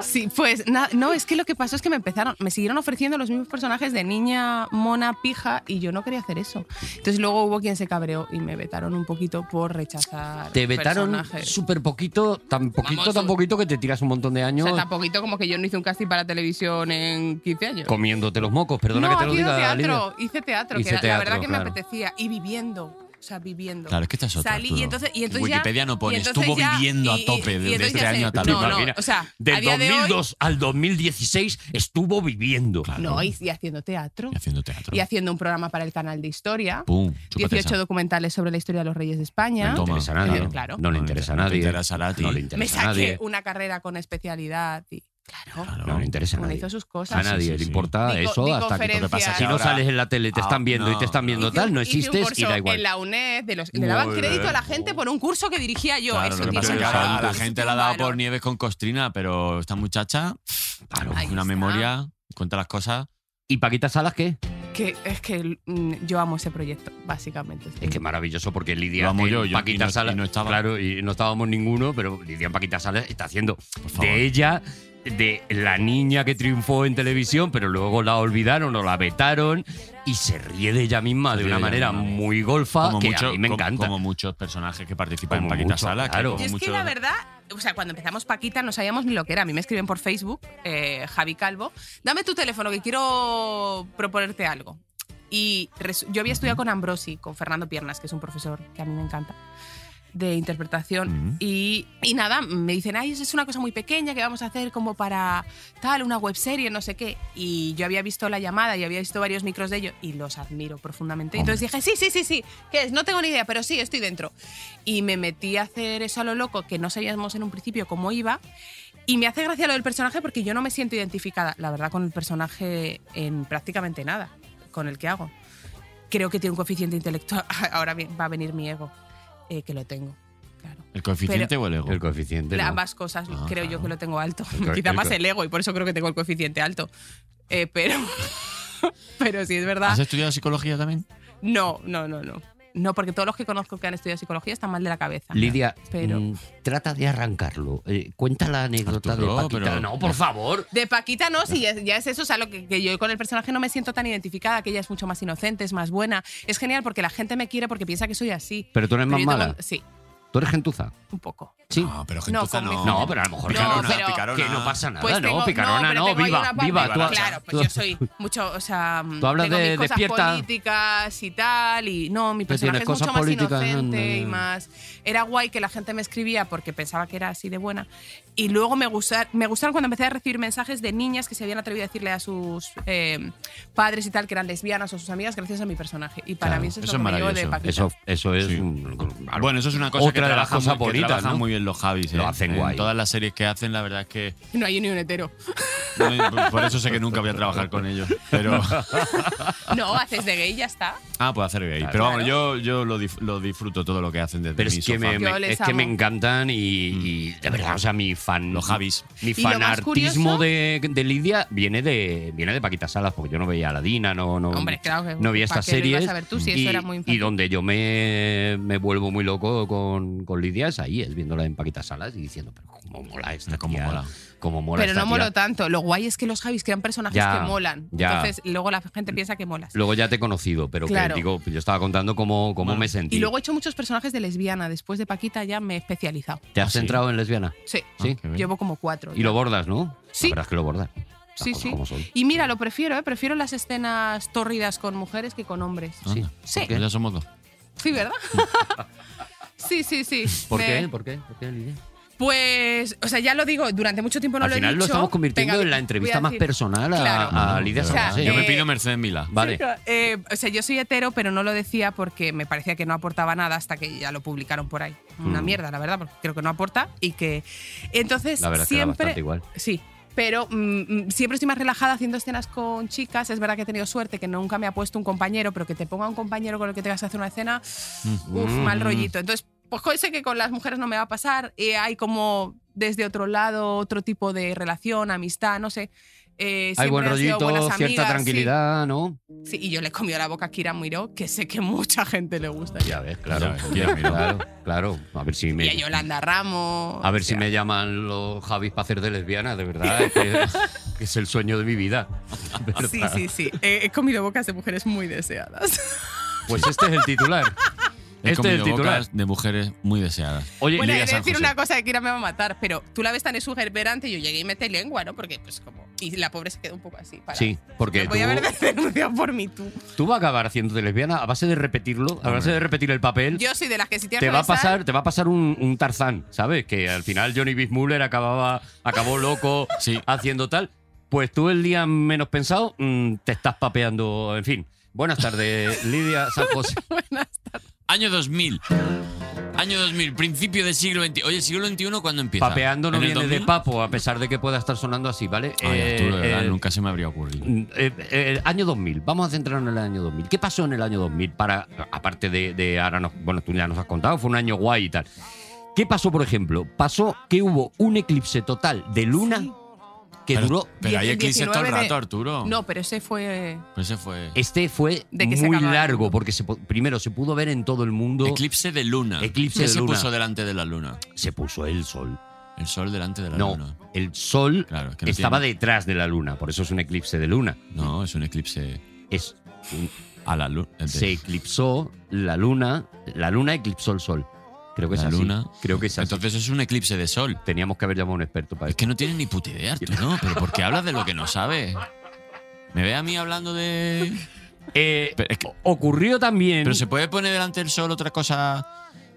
Sí, pues na- no, es que lo que pasó es que me empezaron, me siguieron ofreciendo los mismos personajes de niña, mona, pija, y yo no quería hacer eso. Entonces luego hubo quien se cabreó y me vetaron un poquito por rechazar.
Te vetaron
personajes.
súper poquito, tan poquito,
Vamos,
tan
tú-
poquito que te tiras un montón de
O
años
sea, tan poquito como que yo no hice un casting para televisión en 15 años.
comiéndote los mocos. Perdona
no,
que te lo
hice
diga, Lidia.
teatro, hice teatro,
Hice
que era- la verdad
teatro,
que
claro.
me apetecía. Y viviendo, o sea, viviendo.
Claro, es que esta es otra.
Salí y
Arturo.
entonces, y entonces ya-
Wikipedia no pone,
y entonces
estuvo
ya-
viviendo
y-
a
y-
tope
y
desde
entonces
este
ya
año a
se-
tal.
No, no,
Imagina,
o sea, a
Del
día de hoy-
2002 al 2016 estuvo viviendo.
no, y, y haciendo teatro.
Y haciendo teatro.
Y haciendo un programa para el canal de historia.
Pum, chúpate
18
esa.
documentales sobre la historia de los reyes de España.
Me
No le interesa a
Toma,
nadie.
claro. Claro.
No le
No le
interesa a
inter- no te
nadie.
interesa a ti.
No le
Me
interesa a
saqué
nadie.
una carrera con especialidad y claro,
No le interesa a
bueno,
nadie.
hizo sus
A
cosas.
nadie
sí,
le
sí.
importa
Di co-
eso
di
hasta que
conferencias.
pasa es
Si
que
no
ahora-
sales en la tele, te están
Ah,
viendo y te están
no.
viendo
Hice
tal,
un-
no
hice un
existes y
curso
da igual.
En la UNED de los-
Muy
le daban crédito
bien.
a la gente por un curso que dirigía yo.
Claro,
Eso
lo que
tiene
pasa es que
un valor,
ahora la
eso
gente
tiene
la ha
un
dado
valor.
por Nieves con Costrina, pero esta muchacha, claro,
Ahí
una
está.
memoria, cuenta las cosas.
¿Y Paquita Salas qué?
Que, es que mm, yo amo ese proyecto, básicamente.
Es que maravilloso porque Lidia
Lo amo
en
yo, yo- y
Paquita
no- y
Salas.
no estaba.
Claro, y no estábamos ninguno, pero Lidia en Paquita Salas está haciendo
Por favor.
de ella, de la niña que triunfó en televisión, pero luego la olvidaron o la vetaron y se ríe de ella misma
Se
de
ríe
una
de
manera
ella misma.
muy golfa que a mí me
como-
encanta.
como muchos personajes que participan
Como
en Paquita
mucho,
Sala.
claro.
como
Y es que
mucho-
la verdad, o sea, cuando empezamos Paquita no sabíamos ni lo que era. A mí me escriben por Facebook, eh, Javi Calvo, dame tu teléfono que quiero proponerte algo. Y resu- yo había estudiado con Ambrosi, con Fernando Piernas, que es un profesor que a mí me encanta de interpretación
Ujú.
y, y nada, me dicen, ay, eso es una cosa muy pequeña que vamos a hacer como para tal, una webserie, no sé qué. Y yo había visto la llamada y había visto varios micros de ellos y los admiro profundamente.
Hombre.
Entonces dije, sí, sí, sí, sí, ¿qué es? No tengo ni idea, pero sí, estoy dentro. Y me metí a hacer eso a lo loco, que no sabíamos en un principio cómo iba. Y me hace gracia lo del personaje porque yo no me siento identificada, la verdad, con el personaje en prácticamente nada, con el que hago. Creo que tiene un coeficiente intelectual. [LAUGHS] Ahora bien, va a venir mi ego, eh, que lo tengo. Claro.
¿El coeficiente o el ego?
El coeficiente.
La-
¿no?
Ambas cosas
Ah,
creo
claro.
yo que lo tengo alto. [LAUGHS]
El co-
Quizá
el
más
co-
el ego y por eso creo que tengo el coeficiente alto. Eh, pero, [LAUGHS] pero sí es
¿Has
verdad.
estudiado psicología también?
No, no, no, no. No, porque todos los que conozco que han estudiado psicología están mal de la cabeza.
Lidia,
Pero-
mm, trata de arrancarlo. Eh, cuenta la anécdota
Arturo,
de Paquita.
pero-
No, por favor.
De Paquita no, sí, ya, ya es eso, o sea, lo que, que yo con el personaje no me siento tan identificada, que ella es mucho más inocente, es más buena. Es genial porque la gente me quiere porque piensa que soy así.
Pero tú eres
Pero yo
más
tengo-
mala.
sí,
Tú eres gentuza.
un poco.
Sí.
No, pero
No,
gentuza
con mi-
no.
No, pero a lo mejor
No,
picarona,
pero-
picarona. que no pasa nada,
Pues
no,
tengo-
picarona,
pero
no,
tengo ahí
viva,
una parte-
viva. tú-
claro,
tú-
pues yo soy mucho, o sea,
[LAUGHS] Tú hablas
tengo
de
mis cosas
despierta.
políticas y tal, y no, mi
Pero
personaje
tienes
es mucho
cosas
más
políticas, no,
inocente
no, no.
y más. Era guay que la gente me escribía porque pensaba que era así de buena. Y luego me gustaron, me gustaron cuando empecé a recibir mensajes de niñas que se habían atrevido a decirle a sus eh, padres y tal que eran lesbianas o sus amigas gracias a mi personaje. Y para
Claro,
mí eso es lo
eso es
que me llevo de
maravilloso.
Paquita.
[LAUGHS] Eso, eso es.
Sí.
un-
Bueno, eso es una cosa
mm, Otra
que
de las
trabajan
cosas
muy- que
bonitas,
trabajan
¿no?
muy bien los Javis.
Lo
¿eh?
hacen
En
guay.
todas las series que hacen, la verdad es que
[LAUGHS] No hay ni un hetero.
No, Por eso sé que nunca voy a trabajar con ellos.
[LAUGHS]
Pero.
No, haces de gay y ya está.
Ah, puedo hacer gay. Pero vamos, yo, yo lo, dif- lo disfruto todo lo que hacen desde
Pero
mi
es que
sofá.
me,
Yo
me-
les
es que me
amo.
encantan y, y de verdad, o sea, mi fan.
Los Javis.
Mi
Y lo más curioso-
fanartismo de, de Lidia viene de, viene de Paquita Salas, porque yo no veía Aladina, no, no,
Hombre, claro que-
no veía
¿para
estas
qué lo ibas
series.
a ver tú si eso
y,
era muy
y
infantil?
donde yo me, me vuelvo muy loco con, con Lidia es ahí, es viéndola en Paquita Salas y diciendo, pero cómo mola esta,
Cómo
tía,
mola.
cómo mola
pero
esta
no
tía".
molo tanto. Lo guay es que los Javis crean personajes
Ya,
que molan.
ya.
Entonces, luego la gente piensa que molas.
Luego ya te he conocido, pero
Claro.
que digo, pues yo estaba contando cómo, cómo
Bueno.
me sentí.
y luego he hecho muchos personajes de lesbiana. Después de Paquita ya me he especializado.
¿Te has
Ah, sí.
centrado en lesbiana?
Sí.
Sí.
qué bien.
Llevo como cuatro.
Y lo bordas, ¿no?
Sí.
La verdad es que lo bordas.
Sí,
cosas
sí.
como son.
Y mira, lo prefiero, ¿eh? Prefiero las escenas tórridas con mujeres que con hombres.
Sí.
Sí.
¿Por qué?
pues Ya somos dos.
Sí,
[LAUGHS]
¿verdad? sí, sí, sí.
¿Por
Me-
qué? ¿Por qué? ¿Por qué, Lidia?
Pues, o sea, ya lo digo, durante mucho tiempo no
Al
lo he
final
dicho.
lo estamos convirtiendo
Venga,
en la
voy a
entrevista más
decir-
personal a,
Claro.
a Lidia
O sea,
San José.
Ah, Yo me
eh,
pido Mercedes Mila.
Vale.
Eh, o sea, yo soy hetero, pero no lo decía porque me parecía que no aportaba nada hasta que ya lo publicaron por ahí. Una
Mm.
mierda, la verdad, porque creo que no aporta y que. Entonces,
La verdad es que da
siempre.
bastante igual.
Sí. Pero mm, mm, siempre estoy más relajada haciendo escenas con chicas. Es verdad que he tenido suerte, que nunca me ha puesto un compañero, pero que te ponga un compañero con el que te vas a hacer una escena,
Mm.
uf, mal rollito. Entonces, pues co- sé que con las mujeres no me va a pasar. Eh, hay como desde otro lado otro tipo de relación, amistad, no sé. Eh,
Hay
siempre
buen
han sido
rollito,
buenas
cierta
amigas, sí.
tranquilidad, ¿no?
Sí, y yo le he comido la boca a Kira Muiró, que sé que mucha gente le gusta.
Ya ves, claro.
Ya ves,
hombre,
ya, mira.
claro, claro. A ver si
Y a
me,
Yolanda Ramos.
a ver
o
si
sea,
me llaman los Javis para hacer de lesbiana, de verdad. Es que,
[LAUGHS]
que es el sueño de mi vida. ¿verdad?
Sí, sí, sí. Eh, He, comido bocas de mujeres muy deseadas.
Pues este es el titular.
He
Este es el
comido
titular.
bocas de mujeres muy deseadas.
[LAUGHS]
Oye,
Bueno, he
Lidia
de
San
decir
José.
una cosa que Kira me va a matar, pero tú la ves tan exuberante y yo llegué y metí lengua, ¿no? Porque, pues, como. Y la pobre se quedó un poco así. Para,
sí, porque
Me voy a
tú-
haber denunciado por mí tú.
Tú vas a acabar haciendo de lesbiana a base de repetirlo, a base de repetir el papel.
Yo soy de las que si tienes
te
que
va a
besar,
pasar, te va a pasar un, un Tarzán, ¿sabes? Que al final Johnny Bismuller acababa, acabó loco
[LAUGHS] Sí.
haciendo tal. Pues tú el día menos pensado mm, te estás papeando, en fin. Buenas tardes, Lidia San José.
Año 2000. Año 2000, principio del siglo XXI. Oye, siglo XXI, ¿cuándo empieza?
Papeando no
¿En el
viene de
2000?
papo, a pesar de que pueda estar sonando así, ¿vale?
Ay,
Eh,
Arturo, de verdad,
eh,
nunca se me habría ocurrido.
Mm, eh, eh, año 2000, vamos a centrarnos en el año 2000. ¿Qué pasó en el año 2000 para, aparte de, de ahora, nos- bueno, tú ya nos has contado, fue un año guay y tal. ¿Qué pasó, por ejemplo? Pasó que hubo un eclipse total de luna
Sí.
que
Pero-
duró...
Pero hay
Die-
eclipses todo el
19 de-
rato, Arturo.
No, pero ese fue.
Pues ese fue.
Este fue
De que se
muy
acababa el
largo
mundo.
porque se po- primero se pudo ver en todo el mundo,
Eclipse de luna.
Eclipse
¿Qué
de
se
luna.
puso delante de la luna?
se puso el sol.
El sol delante de la
No,
luna.
el sol
Claro, es que no
estaba
tiene-
detrás de la luna, por eso es un eclipse de luna.
No, es un eclipse
Es, un-
a la luna.
se eclipsó la luna, la luna eclipsó el sol. Creo que
La
es así.
luna.
Creo que es así.
Entonces es un eclipse de sol.
Teníamos que haber llamado a un experto para
Es
esto.
que no tienes ni puta idea, Arturo. ¿no? Pero ¿por qué hablas de lo que no sabes? Me ve a mí hablando de.
Eh,
Pero, es que-
o- ocurrió también.
pero se puede poner delante del sol otra cosa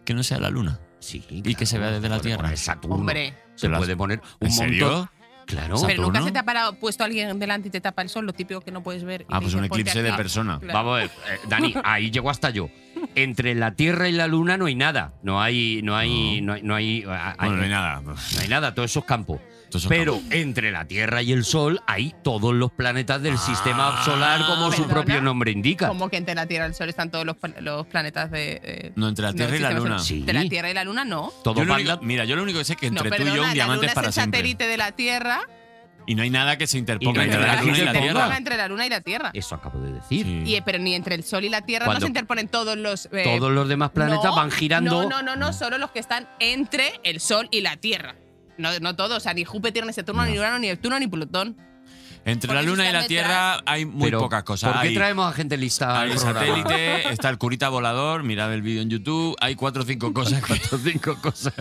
que no sea la luna.
Sí,
y que se vea desde la
puede
Tierra.
poner Saturno.
Hombre.
Se
Pero las-
puede poner un
¿En serio?
montón. Claro.
Pero nunca
Saturno.
se te ha parado, puesto a alguien delante y te tapa el sol, lo típico que no puedes ver. y
Ah,
te
pues un
dicen, ponte
eclipse de
aquí.
persona.
Claro.
Vamos a ver, eh,
[LAUGHS]
Dani, ahí llegó hasta yo. Entre la Tierra y la Luna no hay nada. No hay, no hay, no hay, no hay, ah, hay-
Bueno, no hay nada. pues,
no hay nada, todo eso es campo.
Estos son
Pero entre la Tierra y el Sol hay todos los planetas
Ah,
del sistema solar, como su
¿Perdona?
propio nombre indica.
Como que entre la Tierra y el Sol están todos los, pla- los planetas de. eh,
No, entre la Tierra y la
sistema
Luna.
solar.
Sí.
Entre la Tierra y la Luna no.
Yo
Todo
lo único-
banda-
mira, yo lo único que sé es que
no,
entre
perdona,
tú y yo un
la
diamante
Luna
es para
es el
siempre.
satélite de la Tierra.
Y no hay nada que se
Y no
interponga
hay
entre
nada
la
que
Luna y
se
la
interponga.
Tierra.
Entre la Luna y la Tierra.
Eso acabo de decir.
Sí.
Y, eh, pero ni entre el Sol y la Tierra
Cuando-
no se interponen todos los. eh,
Todos los demás planetas
no,
van girando.
No, no, no, no, solo los que están entre el Sol y la Tierra. No, no todos, o sea, ni Júpiter, ni Saturno, ni Urano, ni Neptuno, ni Plutón.
Entre la
Porque
Luna y la
están
Tierra hay muy
Pero,
pocas cosas.
¿Por qué
Hay-
traemos a gente lista al
Hay
programa? [LAUGHS]
satélite, está el curita volador, mirad el vídeo en YouTube, hay cuatro
[LAUGHS]
o [LAUGHS] cinco cosas.
cuatro o cinco cosas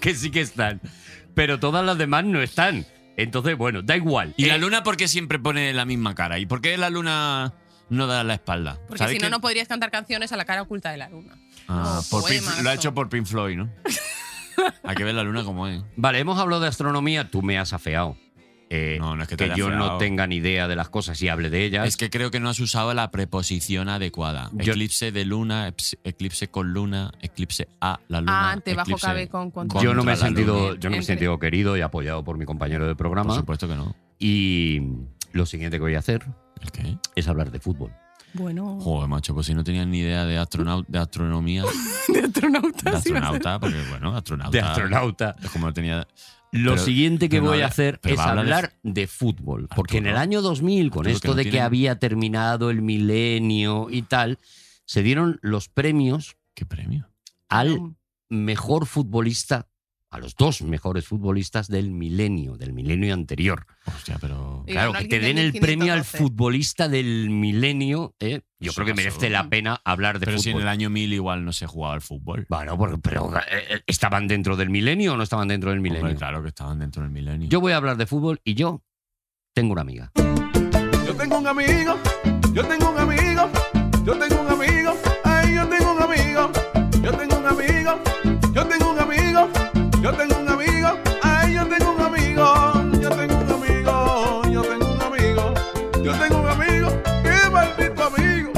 que sí que están. Pero todas las demás no están. Entonces, bueno, da igual.
[LAUGHS] ¿Y
Eh,
la luna por qué siempre pone la misma cara? ¿Y por qué la luna no da la espalda?
Porque
¿Sabéis
si no,
que-
no podrías cantar canciones a la cara oculta de la Luna.
Ah, por Pink-
Poemas,
lo ha
o-
hecho por Pink
[LAUGHS]
Floyd, ¿no? hay que ver la luna como es.
Vale, hemos hablado de astronomía, tú me has afeado. Eh,
No, no es que te haya
yo no
afeado.
tenga ni idea de las cosas y hable de ellas.
Es que creo que no has usado la preposición adecuada.
Yo-
Eclipse de luna, eps- eclipse con luna, eclipse a la luna.
Ante, Ah, bajo,
eclipse
cabe, con- con-
yo no me he
contra la
sentido,
luna.
yo no me he
Entre-
sentido querido y apoyado por mi compañero de
Por
programa.
supuesto que no.
Y lo siguiente que voy a hacer
¿El qué?
es hablar de fútbol.
Bueno.
Joder, macho, pues si no tenías ni idea de, astronau- de astronomía,
[LAUGHS] De astronautas.
de
ibas a-
astronauta, porque bueno, astronauta.
De astronauta.
Es como no tenía.
Lo
Pero-
siguiente que
pero no
voy a
habla-
hacer
pero
es
habla de-
hablar de, fútbol. porque en
Arturo,
el año 2000, con
Arturo, que
esto
no
de que
tienen-
había terminado el milenio y tal, se dieron los premios
¿Qué premio?
al mejor futbolista, a los dos mejores futbolistas del milenio, del milenio anterior.
Hostia, pero.
Y
Claro,
ganó
que te
alguien de
den el premio al
1512.
futbolista del milenio, ¿eh? yo
Eso
creo que
pasó.
merece la pena hablar de
Pero si en
fútbol.
el año 1000 igual no se jugaba al fútbol.
Bueno, por- pero, eh, ¿estaban dentro del milenio o no estaban dentro del milenio?
Hombre, claro que estaban dentro del milenio.
Yo voy a hablar de fútbol y yo Tengo una amiga.
Yo tengo un amigo, yo tengo un amigo, yo tengo un amigo, ay, yo tengo un amigo, yo tengo un amigo, yo tengo un amigo, yo tengo un amigo, ay, yo tengo un amigo, yo tengo un amigo, yo tengo un amigo, yo tengo un amigo, qué maldito amigo.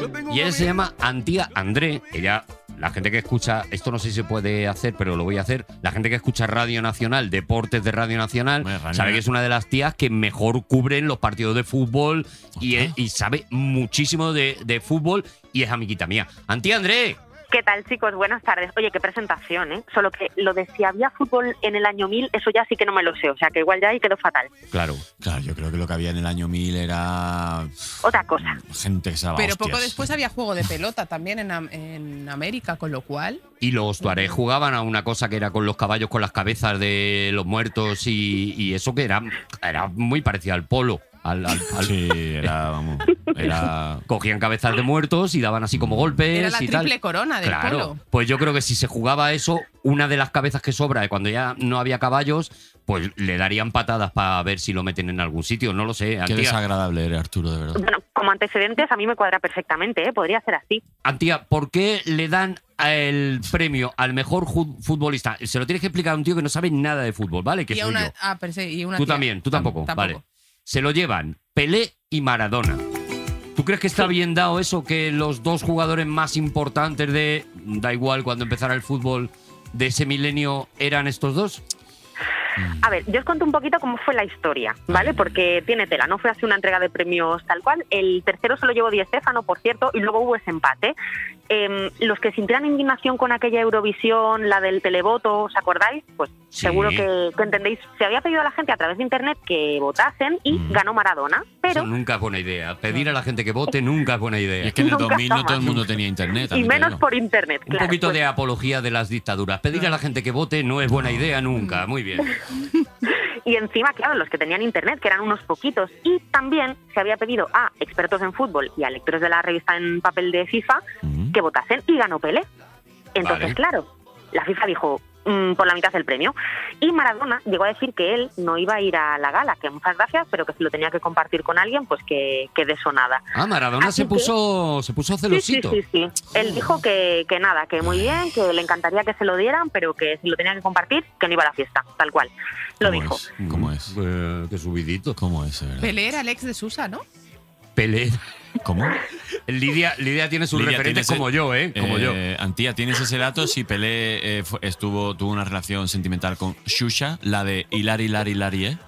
Yo tengo un
Y él se
amigo.
llama Antía André. Ella, la gente que escucha, esto no sé si se puede hacer, pero lo voy a hacer. La gente que escucha Radio Nacional, deportes de Radio Nacional,
Hombre, Radio
sabe que es una de las tías que mejor cubren los partidos de fútbol y,
Ajá.
y sabe muchísimo de, de fútbol y es amiguita mía. Antía André,
¿Qué tal, chicos? Buenas tardes. Oye, qué presentación, ¿eh? Solo que lo de si había fútbol en el año 1000, eso ya sí que no me lo sé. O sea, que igual ya ahí quedó fatal.
claro.
Claro, yo creo que lo que había en el año 1000 era.
Otra cosa.
Gente que se daba
Pero poco
hostias.
después había juego de pelota también en, Am- en América, con lo cual.
Y los Tuareg jugaban a una cosa que era con los caballos con las cabezas de los muertos y, y eso que era, era muy parecido al polo. Al, al- al-
Sí, era, vamos. Era.
Cogían cabezas de muertos y daban así como golpes
Era la
y
triple
tal.
corona del
Claro,
polo.
pues yo creo que si se jugaba eso, una de las cabezas que sobra de cuando ya no había caballos, pues le darían patadas para ver si lo meten en algún sitio, no lo sé.
Qué
Antía,
desagradable era Arturo, de verdad.
Bueno, como antecedentes, a mí me cuadra perfectamente, ¿eh? Podría ser así.
Antía, ¿por qué le dan el premio al mejor ju- futbolista? Se lo tienes que explicar a un tío que no sabe nada de fútbol, ¿vale? Que
y a
soy
una,
yo.
ah, pero sí, y una
Tú
tía.
también, tú tampoco,
Tampoco.
vale. Se lo llevan Pelé y Maradona. ¿Tú crees que está bien dado eso que los dos jugadores más importantes de da igual cuando empezara el fútbol de ese milenio eran estos dos?
A ver, yo os cuento un poquito cómo fue la historia, ¿vale? Porque tiene tela, no fue así una entrega de premios tal cual. El tercero se lo llevó Di Stéfano, por cierto, y luego hubo ese empate. Em, los que sintieran indignación con aquella Eurovisión, la del televoto, ¿os acordáis? Pues
Sí.
seguro que, que entendéis. Se había pedido a la gente a través de Internet que votasen y ganó Maradona, pero...
Eso nunca es buena idea. Pedir a la gente que vote nunca es buena
Y
idea.
es que en el
Nunca
2000 no
jamás.
todo el mundo tenía internet.
Y
también te
menos
digo.
por internet,
Un
claro.
poquito
pues,
de apología de las dictaduras. Pedir a la gente que vote no es buena idea nunca. Muy bien.
Y encima, claro, los que tenían internet, que eran unos poquitos. Y también se había pedido a expertos en fútbol y a lectores de la revista en papel de FIFA
Mm.
que votasen y ganó Pelé. Entonces,
Vale.
claro, la FIFA dijo mm, por la mitad el premio. Y Maradona llegó a decir que él no iba a ir a la gala, que muchas gracias, pero que si lo tenía que compartir con alguien, pues que, que de eso nada.
Ah, Maradona se
Así que-
puso, se puso
Sí, sí,
celosito.
sí, sí. Él dijo que, que nada, que muy bien, que le encantaría que se lo dieran, pero que si lo tenía que compartir, que no iba a la fiesta, tal cual. Lo
¿Cómo
dijo.
es? ¿Cómo es?
Eh, qué subidito.
¿Cómo es, de verdad?
Pelé era el ex de Susa, ¿no?
Pelé.
¿Cómo?
Lidia, Lidia tiene sus
Lidia,
referentes
tienes el-
como yo, ¿eh? Como yo.
Eh, Antía, ¿tienes ese dato? Si Pelé eh, fu- estuvo, tuvo una relación sentimental con Shusha, la de Hilari, Hilari, Hilari, ¿eh?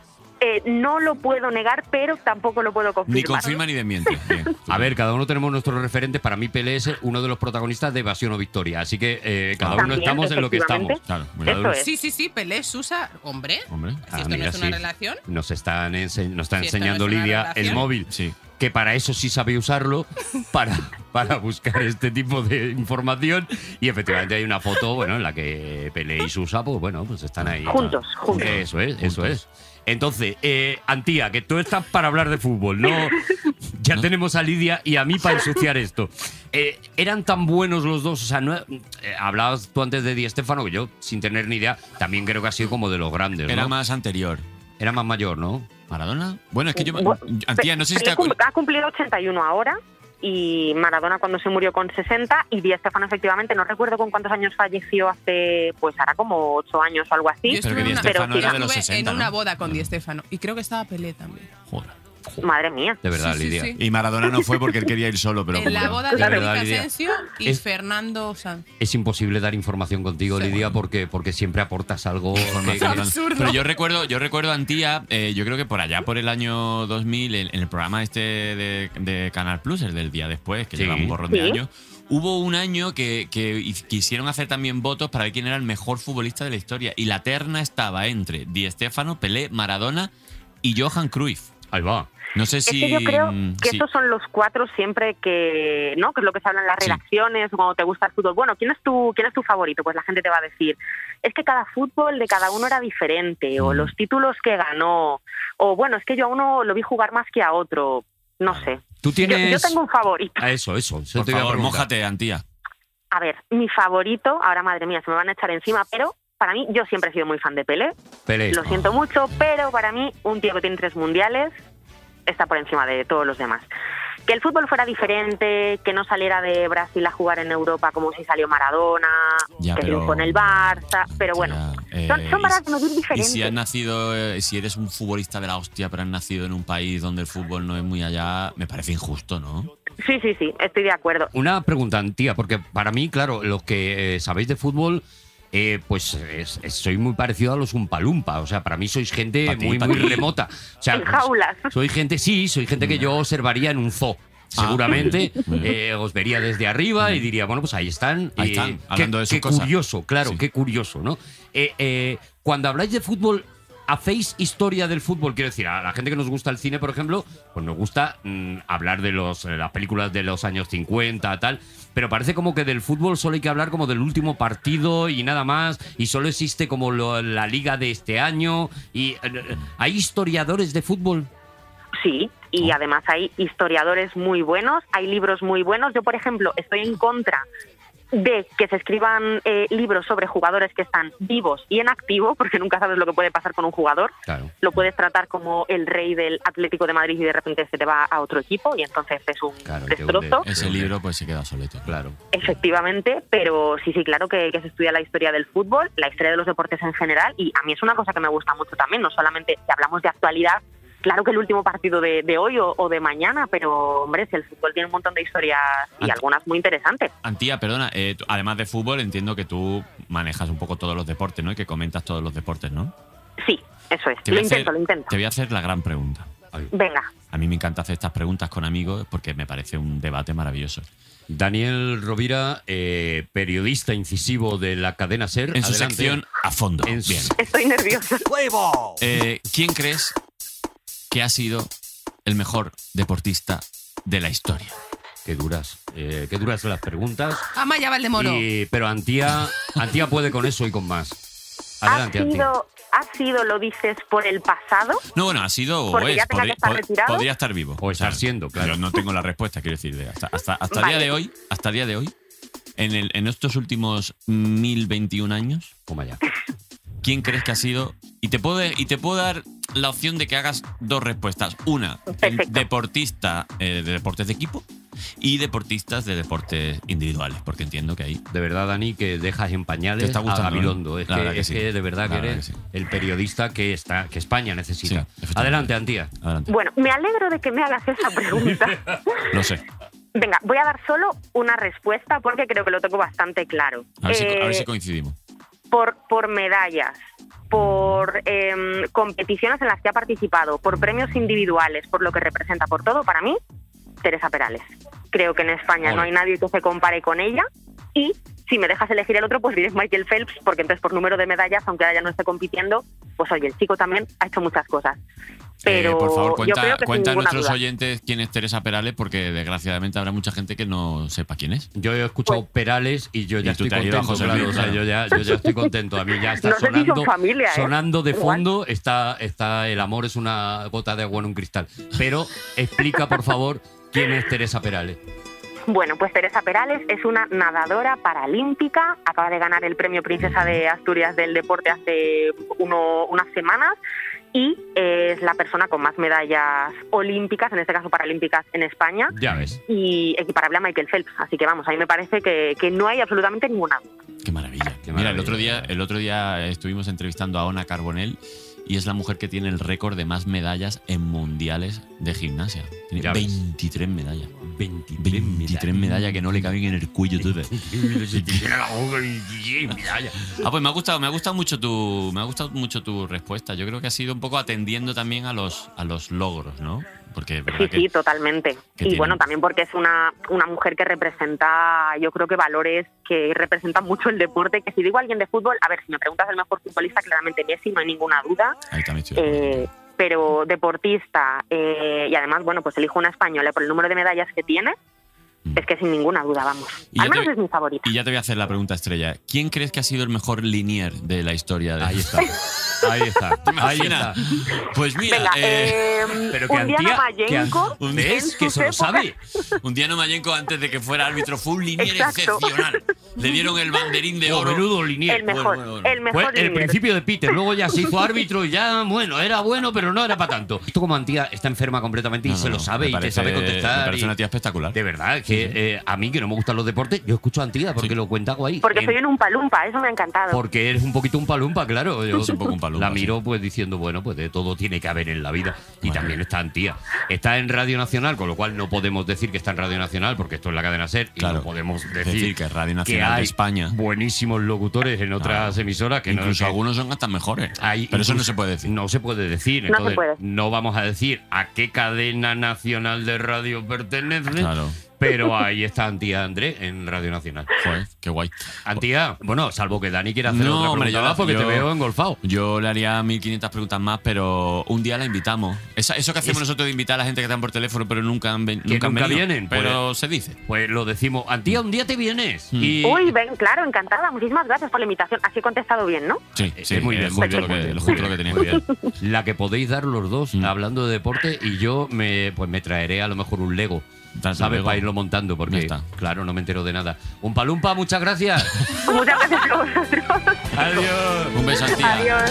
Eh, no lo puedo negar, pero tampoco lo puedo confirmar.
Ni confirma ni desmiente. Bien.
A ver, cada uno tenemos nuestros referentes. Para mí, Pelé es uno de los protagonistas de Evasión o Victoria. Así que eh, cada uno
También,
estamos en lo que estamos.
efectivamente.
Claro, muy
Eso es.
Sí, sí, sí, Pelé, Susa, hombre.
Hombre.
Si
Ah,
esto
mira,
no es una
sí.
relación.
Nos, están ense- nos está
Si esto no
enseñando
es una
Lidia
relación.
el móvil.
Sí.
que para eso sí sabe usarlo, para, para buscar este tipo de información. Y efectivamente hay una foto, bueno, en la que Pele y Susa, pues bueno, pues están ahí.
Juntos,
Eh,
juntos.
Eso es, eso es. Entonces, eh, Antía, que tú estás para hablar de fútbol, ¿no?
[LAUGHS]
Ya tenemos a Lidia y a mí para ensuciar esto. Eh, ¿Eran tan buenos los dos? O sea, no, eh, hablabas tú antes de Di Estefano, que yo, sin tener ni idea, también creo que ha sido como de los grandes, ¿no?
Era más anterior.
Era más mayor, ¿no?
¿Maradona? Bueno, es que yo. me-
Bueno,
Antía, no sé si
Pelé
te acuerdas.
cum- Ha cumplido 81 ahora y Maradona cuando se murió con 60 y Di Stefano efectivamente, no recuerdo con cuántos años falleció hace, pues ahora como 8 años o algo así.
Yo estuve
que
en
Di
una-
Stéfano
Pero
era de
estuve
los 60.
en una
¿no?
boda con Di Stéfano y creo que estaba Pelé también.
Madre mía.
De verdad,
Sí, sí,
Lidia.
sí.
Y Maradona no fue porque él quería ir solo, pero.
en la
como-
boda
De
de
verdad,
Luis
Lidia.
Asensio y
Es-
Fernando Sanz.
Es imposible dar información contigo,
Sí.
Lidia, porque, porque siempre aportas algo. que- que-
Información.
absurdo.
Pero yo recuerdo, yo recuerdo a Antía, eh, yo creo que por allá, por el año 2000, en, en el programa este de, de Canal Plus, el del día después, que
Sí.
lleva un borrón de
Sí.
años, hubo un año que, que hi- quisieron hacer también votos para ver quién era el mejor futbolista de la historia. Y la terna estaba entre Di Stéfano, Pelé, Maradona y Johan Cruyff.
Ahí va.
No sé
Es
si. mm,
que yo creo que
si-
estos son los cuatro siempre que, ¿no? Que es lo que se habla en las
Sí.
redacciones, o cuando te gusta el fútbol. Bueno, ¿quién es tu, quién es tu favorito? Pues la gente te va a decir, es que cada fútbol de cada uno era diferente, o los títulos que ganó, o bueno, es que yo a uno lo vi jugar más que a otro. No sé.
Tú
Yo, yo
tienes.
tengo un favorito.
Ah, eso, eso. eso
por
te iba a
favor,
preguntar.
mójate, Antía.
A ver, mi favorito, ahora madre mía, se me van a echar encima, pero para mí yo siempre he sido muy fan de Pelé.
Pelé.
Lo siento mucho, pero para mí, un tío que tiene tres mundiales está por encima de todos los demás. Que el fútbol fuera diferente, que no saliera de Brasil a jugar en Europa como si salió Maradona,
Ya,
que
pero-
triunfó en el Barça, pero bueno,
Ya,
son,
eh,
son
y
maneras
si-
de medir diferentes.
Y si has nacido, eh, si eres un futbolista de la hostia, pero has nacido en un país donde el fútbol no es muy allá, me parece injusto, ¿no?
Sí, sí, sí, estoy de acuerdo.
Una pregunta, tía, porque para mí, claro, los que eh, sabéis de fútbol, eh, pues es- es- soy muy parecido a los Umpalumpa. O sea, para mí sois gente
Pa' ti,
muy,
pa'
muy
ti. Mm.
remota. O sea,
En jaulas.
Soy gente, sí, soy gente que yo observaría en un zoo. Seguramente eh, os vería desde arriba y diría, bueno, pues ahí están.
Ah. Mm. Ahí
eh,
están,
qué-
hablando de
qué
sus cosas.
curioso, claro,
Sí.
qué curioso, ¿no? Eh, eh, cuando habláis de fútbol, ¿hacéis historia del fútbol? Quiero decir, a la gente que nos gusta el cine, por ejemplo, pues nos gusta mm, hablar de los, eh, las películas de los años 50, tal, pero parece como que del fútbol solo hay que hablar como del último partido y nada más, y solo existe como lo- la liga de este año, y eh, eh, ¿hay historiadores de fútbol?
Sí, y
Oh.
además hay historiadores muy buenos, hay libros muy buenos. Yo, por ejemplo, estoy en contra de que se escriban eh, libros sobre jugadores que están vivos y en activo, porque nunca sabes lo que puede pasar con un jugador.
Claro.
Lo puedes tratar como el rey del Atlético de Madrid y de repente se te va a otro equipo y entonces es un
Claro, te hunde.
destrozo.
Ese libro pues se queda soleto.
Claro.
Efectivamente, pero sí, sí, claro que, que se estudia la historia del fútbol, la historia de los deportes en general, y a mí es una cosa que me gusta mucho también, no solamente si hablamos de actualidad, claro que el último partido de, de hoy o, o de mañana, pero hombre, si el fútbol tiene un montón de historias y
Ant-
algunas muy interesantes.
Antía, perdona, eh, tú- además de fútbol, entiendo que tú manejas un poco todos los deportes, ¿no? Y que comentas todos los deportes, ¿no?
Sí, eso es,
Te
lo
voy a
intento,
hacer-
lo intento.
Te voy a hacer la gran pregunta.
Venga,
A mí me encanta hacer estas preguntas con amigos porque me parece un debate maravilloso.
Daniel Rovira, eh, periodista incisivo de la cadena Ser.
En su
adelante.
sección, a fondo.
En su-
Bien.
estoy nerviosa.
Eh, ¿Quién crees que ha sido el mejor deportista de la historia?
Qué duras, eh, qué duras las preguntas.
Amaya Valdemoro.
Y- pero Antía, Antía puede con eso y con más.
¿Ha
Adelante, Antía.
sido, ¿Ha sido, lo dices, por el pasado?
No, bueno, ha sido o
Porque
es.
ya tenga que estar retirado.
podría estar vivo.
O estar siendo, claro.
Pero no tengo la respuesta, quiero decir. de hasta hasta, hasta
Vale.
día de hoy, hasta día de hoy, en, el- en estos últimos 1021 años,
Toma ya.
¿quién crees que ha sido? Y te puedo, y te puedo dar la opción de que hagas dos respuestas. Una, el
Perfecto.
deportista eh, de deportes de equipo y deportistas de deportes individuales, porque entiendo que ahí
De verdad, Dani, que dejas en pañales
Te está gustando,
a Gabilondo.
¿no?
Es,
La
que,
verdad que
es
sí.
que de verdad
La
que
verdad
eres
que sí.
el periodista que, está, que España
Sí,
necesita.
efectivamente.
Adelante, Antía.
Adelante.
Bueno, me alegro de que me hagas esa
[LAUGHS]
pregunta.
Lo sé.
Venga, voy a dar solo una respuesta porque creo que lo tengo bastante claro.
A ver, si, a ver
Eh,
si coincidimos.
por, por medallas, por em, competiciones en las que ha participado, por premios individuales, por lo que representa, por todo, para mí, Teresa Perales. Creo que en España no
Ole.
hay nadie que se compare con ella y si me dejas elegir el otro, pues diré Michael Phelps, porque entonces por número de medallas, aunque ahora ya no esté compitiendo, pues oye, el chico también ha hecho muchas cosas. Pero
Eh, por favor,
yo creo
cuenta,
que sin
cuenta a
ninguna
nuestros
duda.
oyentes quién es Teresa Perales, porque desgraciadamente habrá mucha gente que no sepa quién es.
Yo he escuchado
Pues-
Perales y yo ya
Y tú
estoy
te has ido a
contento,
José
claro,
Luis,
o sea,
claro.
yo, ya, yo ya estoy contento. A mí
[LAUGHS]
ya está
No sé si son
sonando,
familia, ¿eh?
sonando de
Igual.
fondo. Está, está El amor es una gota de agua en un cristal. Pero explica, por favor, quién es Teresa Perales.
Bueno, pues Teresa Perales es una nadadora paralímpica, acaba de ganar el premio Princesa de Asturias del Deporte hace uno- unas semanas y es la persona con más medallas olímpicas, en este caso paralímpicas, en España
Ya ves.
y equiparable a Michael Phelps. Así que vamos, a mí me parece que, que no hay absolutamente ninguna.
Qué maravilla.
Qué
Mira,
maravilla.
el otro día, el otro día estuvimos entrevistando a Ona Carbonell y es la mujer que tiene el récord de más medallas en mundiales de gimnasia. Tiene
Ya ves.
23 medallas.
23,
23 medallas que no le caben en el cuello.
[LAUGHS]
tú ves. Ah, pues me ha gustado, me ha gustado mucho tu, me ha gustado mucho tu respuesta. Yo creo que ha sido un poco atendiendo también a los, a los logros, ¿no? Porque es verdad
Sí,
que-
sí, totalmente.
que
y
tiene-
bueno, también porque es una, una mujer que representa, yo creo que valores que representan mucho el deporte, que si digo a alguien de fútbol, a ver, si me preguntas el mejor futbolista, claramente Messi, no hay ninguna duda.
Ahí también estoy de acuerdo.
Eh, pero deportista eh, y además, bueno, pues elijo una española por el número de medallas que tiene,
Mm.
es que sin ninguna duda, vamos.
Y
Al
yo
menos
te-
es mi favorita.
Y ya te voy a hacer la pregunta estrella. ¿Quién crees que ha sido el mejor linier de la historia de
Ahí está. Ahí está. Ahí está.
Imagina. Pues mira,
Venga,
eh,
em,
Pero que
un día
Antía- que
Mayenko.
An-
en
¿Ves? Que
sus
se lo sabe.
un día no Mayenco, antes de que fuera árbitro, fue un linier
Exacto.
excepcional. Le dieron el banderín de
Oh,
oro.
menudo linier.
El mejor,
bueno, bueno.
el mejor
Fue el
líder.
principio de Peter, luego ya se
[LAUGHS]
hizo árbitro y ya, bueno, era bueno, pero no era para tanto. Esto como Antía está enferma completamente
No,
y
no,
se
no,
lo sabe
me
y
parece-
te sabe
Me
contestar.
parece
y-
una tía espectacular.
De verdad, que eh, a mí que no me gustan los deportes, yo escucho a Antía porque
Sí.
lo cuenta guay.
Porque
En-
soy un palumpa, eso me ha encantado.
Porque eres un poquito un palumpa, claro. Yo
Es un poco un palumpa,
La miro pues diciendo, bueno, pues de todo tiene que haber en la vida. Y
Bueno.
también está Antía. Está en Radio Nacional, con lo cual no podemos decir que está en Radio Nacional porque esto es la cadena SER y
Claro.
no podemos decir,
Decir que Radio Nacional de
hay
España.
buenísimos locutores en otras
Claro.
emisoras que
Incluso
no, que-
algunos son hasta mejores.
hay-
pero eso no
incluso-
se puede decir.
No se puede decir.
No se
Entonces,
puede.
no vamos a decir a qué cadena nacional de radio pertenece,
Claro.
pero ahí está Antía Andrés en Radio Nacional.
Joder, qué guay.
Antía, bueno, salvo que Dani quiera hacer
No,
otra
hombre,
pregunta
yo-
más porque te
yo-
veo engolfado.
Yo le haría 1500 preguntas más, pero un día la invitamos. Esa- eso que hacemos
Es-
nosotros de invitar a la gente que están por teléfono, pero nunca, han ven-
Que
han
nunca
venido.
vienen,
Pero se dice.
Pues lo decimos, Antía, un día te vienes.
Hmm.
Y
Uy, ven, claro, encantada. Muchísimas gracias por la invitación. Así he contestado bien, ¿no?
Sí,
Eh,
sí,
eh, muy
eh,
bien, muy
justo
bien,
lo
muy
que,
bien,
lo
muy
justo lo
bien,
que
[LAUGHS]
tenía
muy
que decir.
la que podéis dar los dos
Mm.
hablando de deporte y yo me pues me traeré a lo mejor un Lego.
Tanto
¿Sabes?
Lego.
Para irlo montando,
Ya
porque
está.
claro, no me entero de nada. Un palumpa, muchas gracias.
Muchas gracias a vosotros.
Adiós.
Un beso, tía.
Adiós.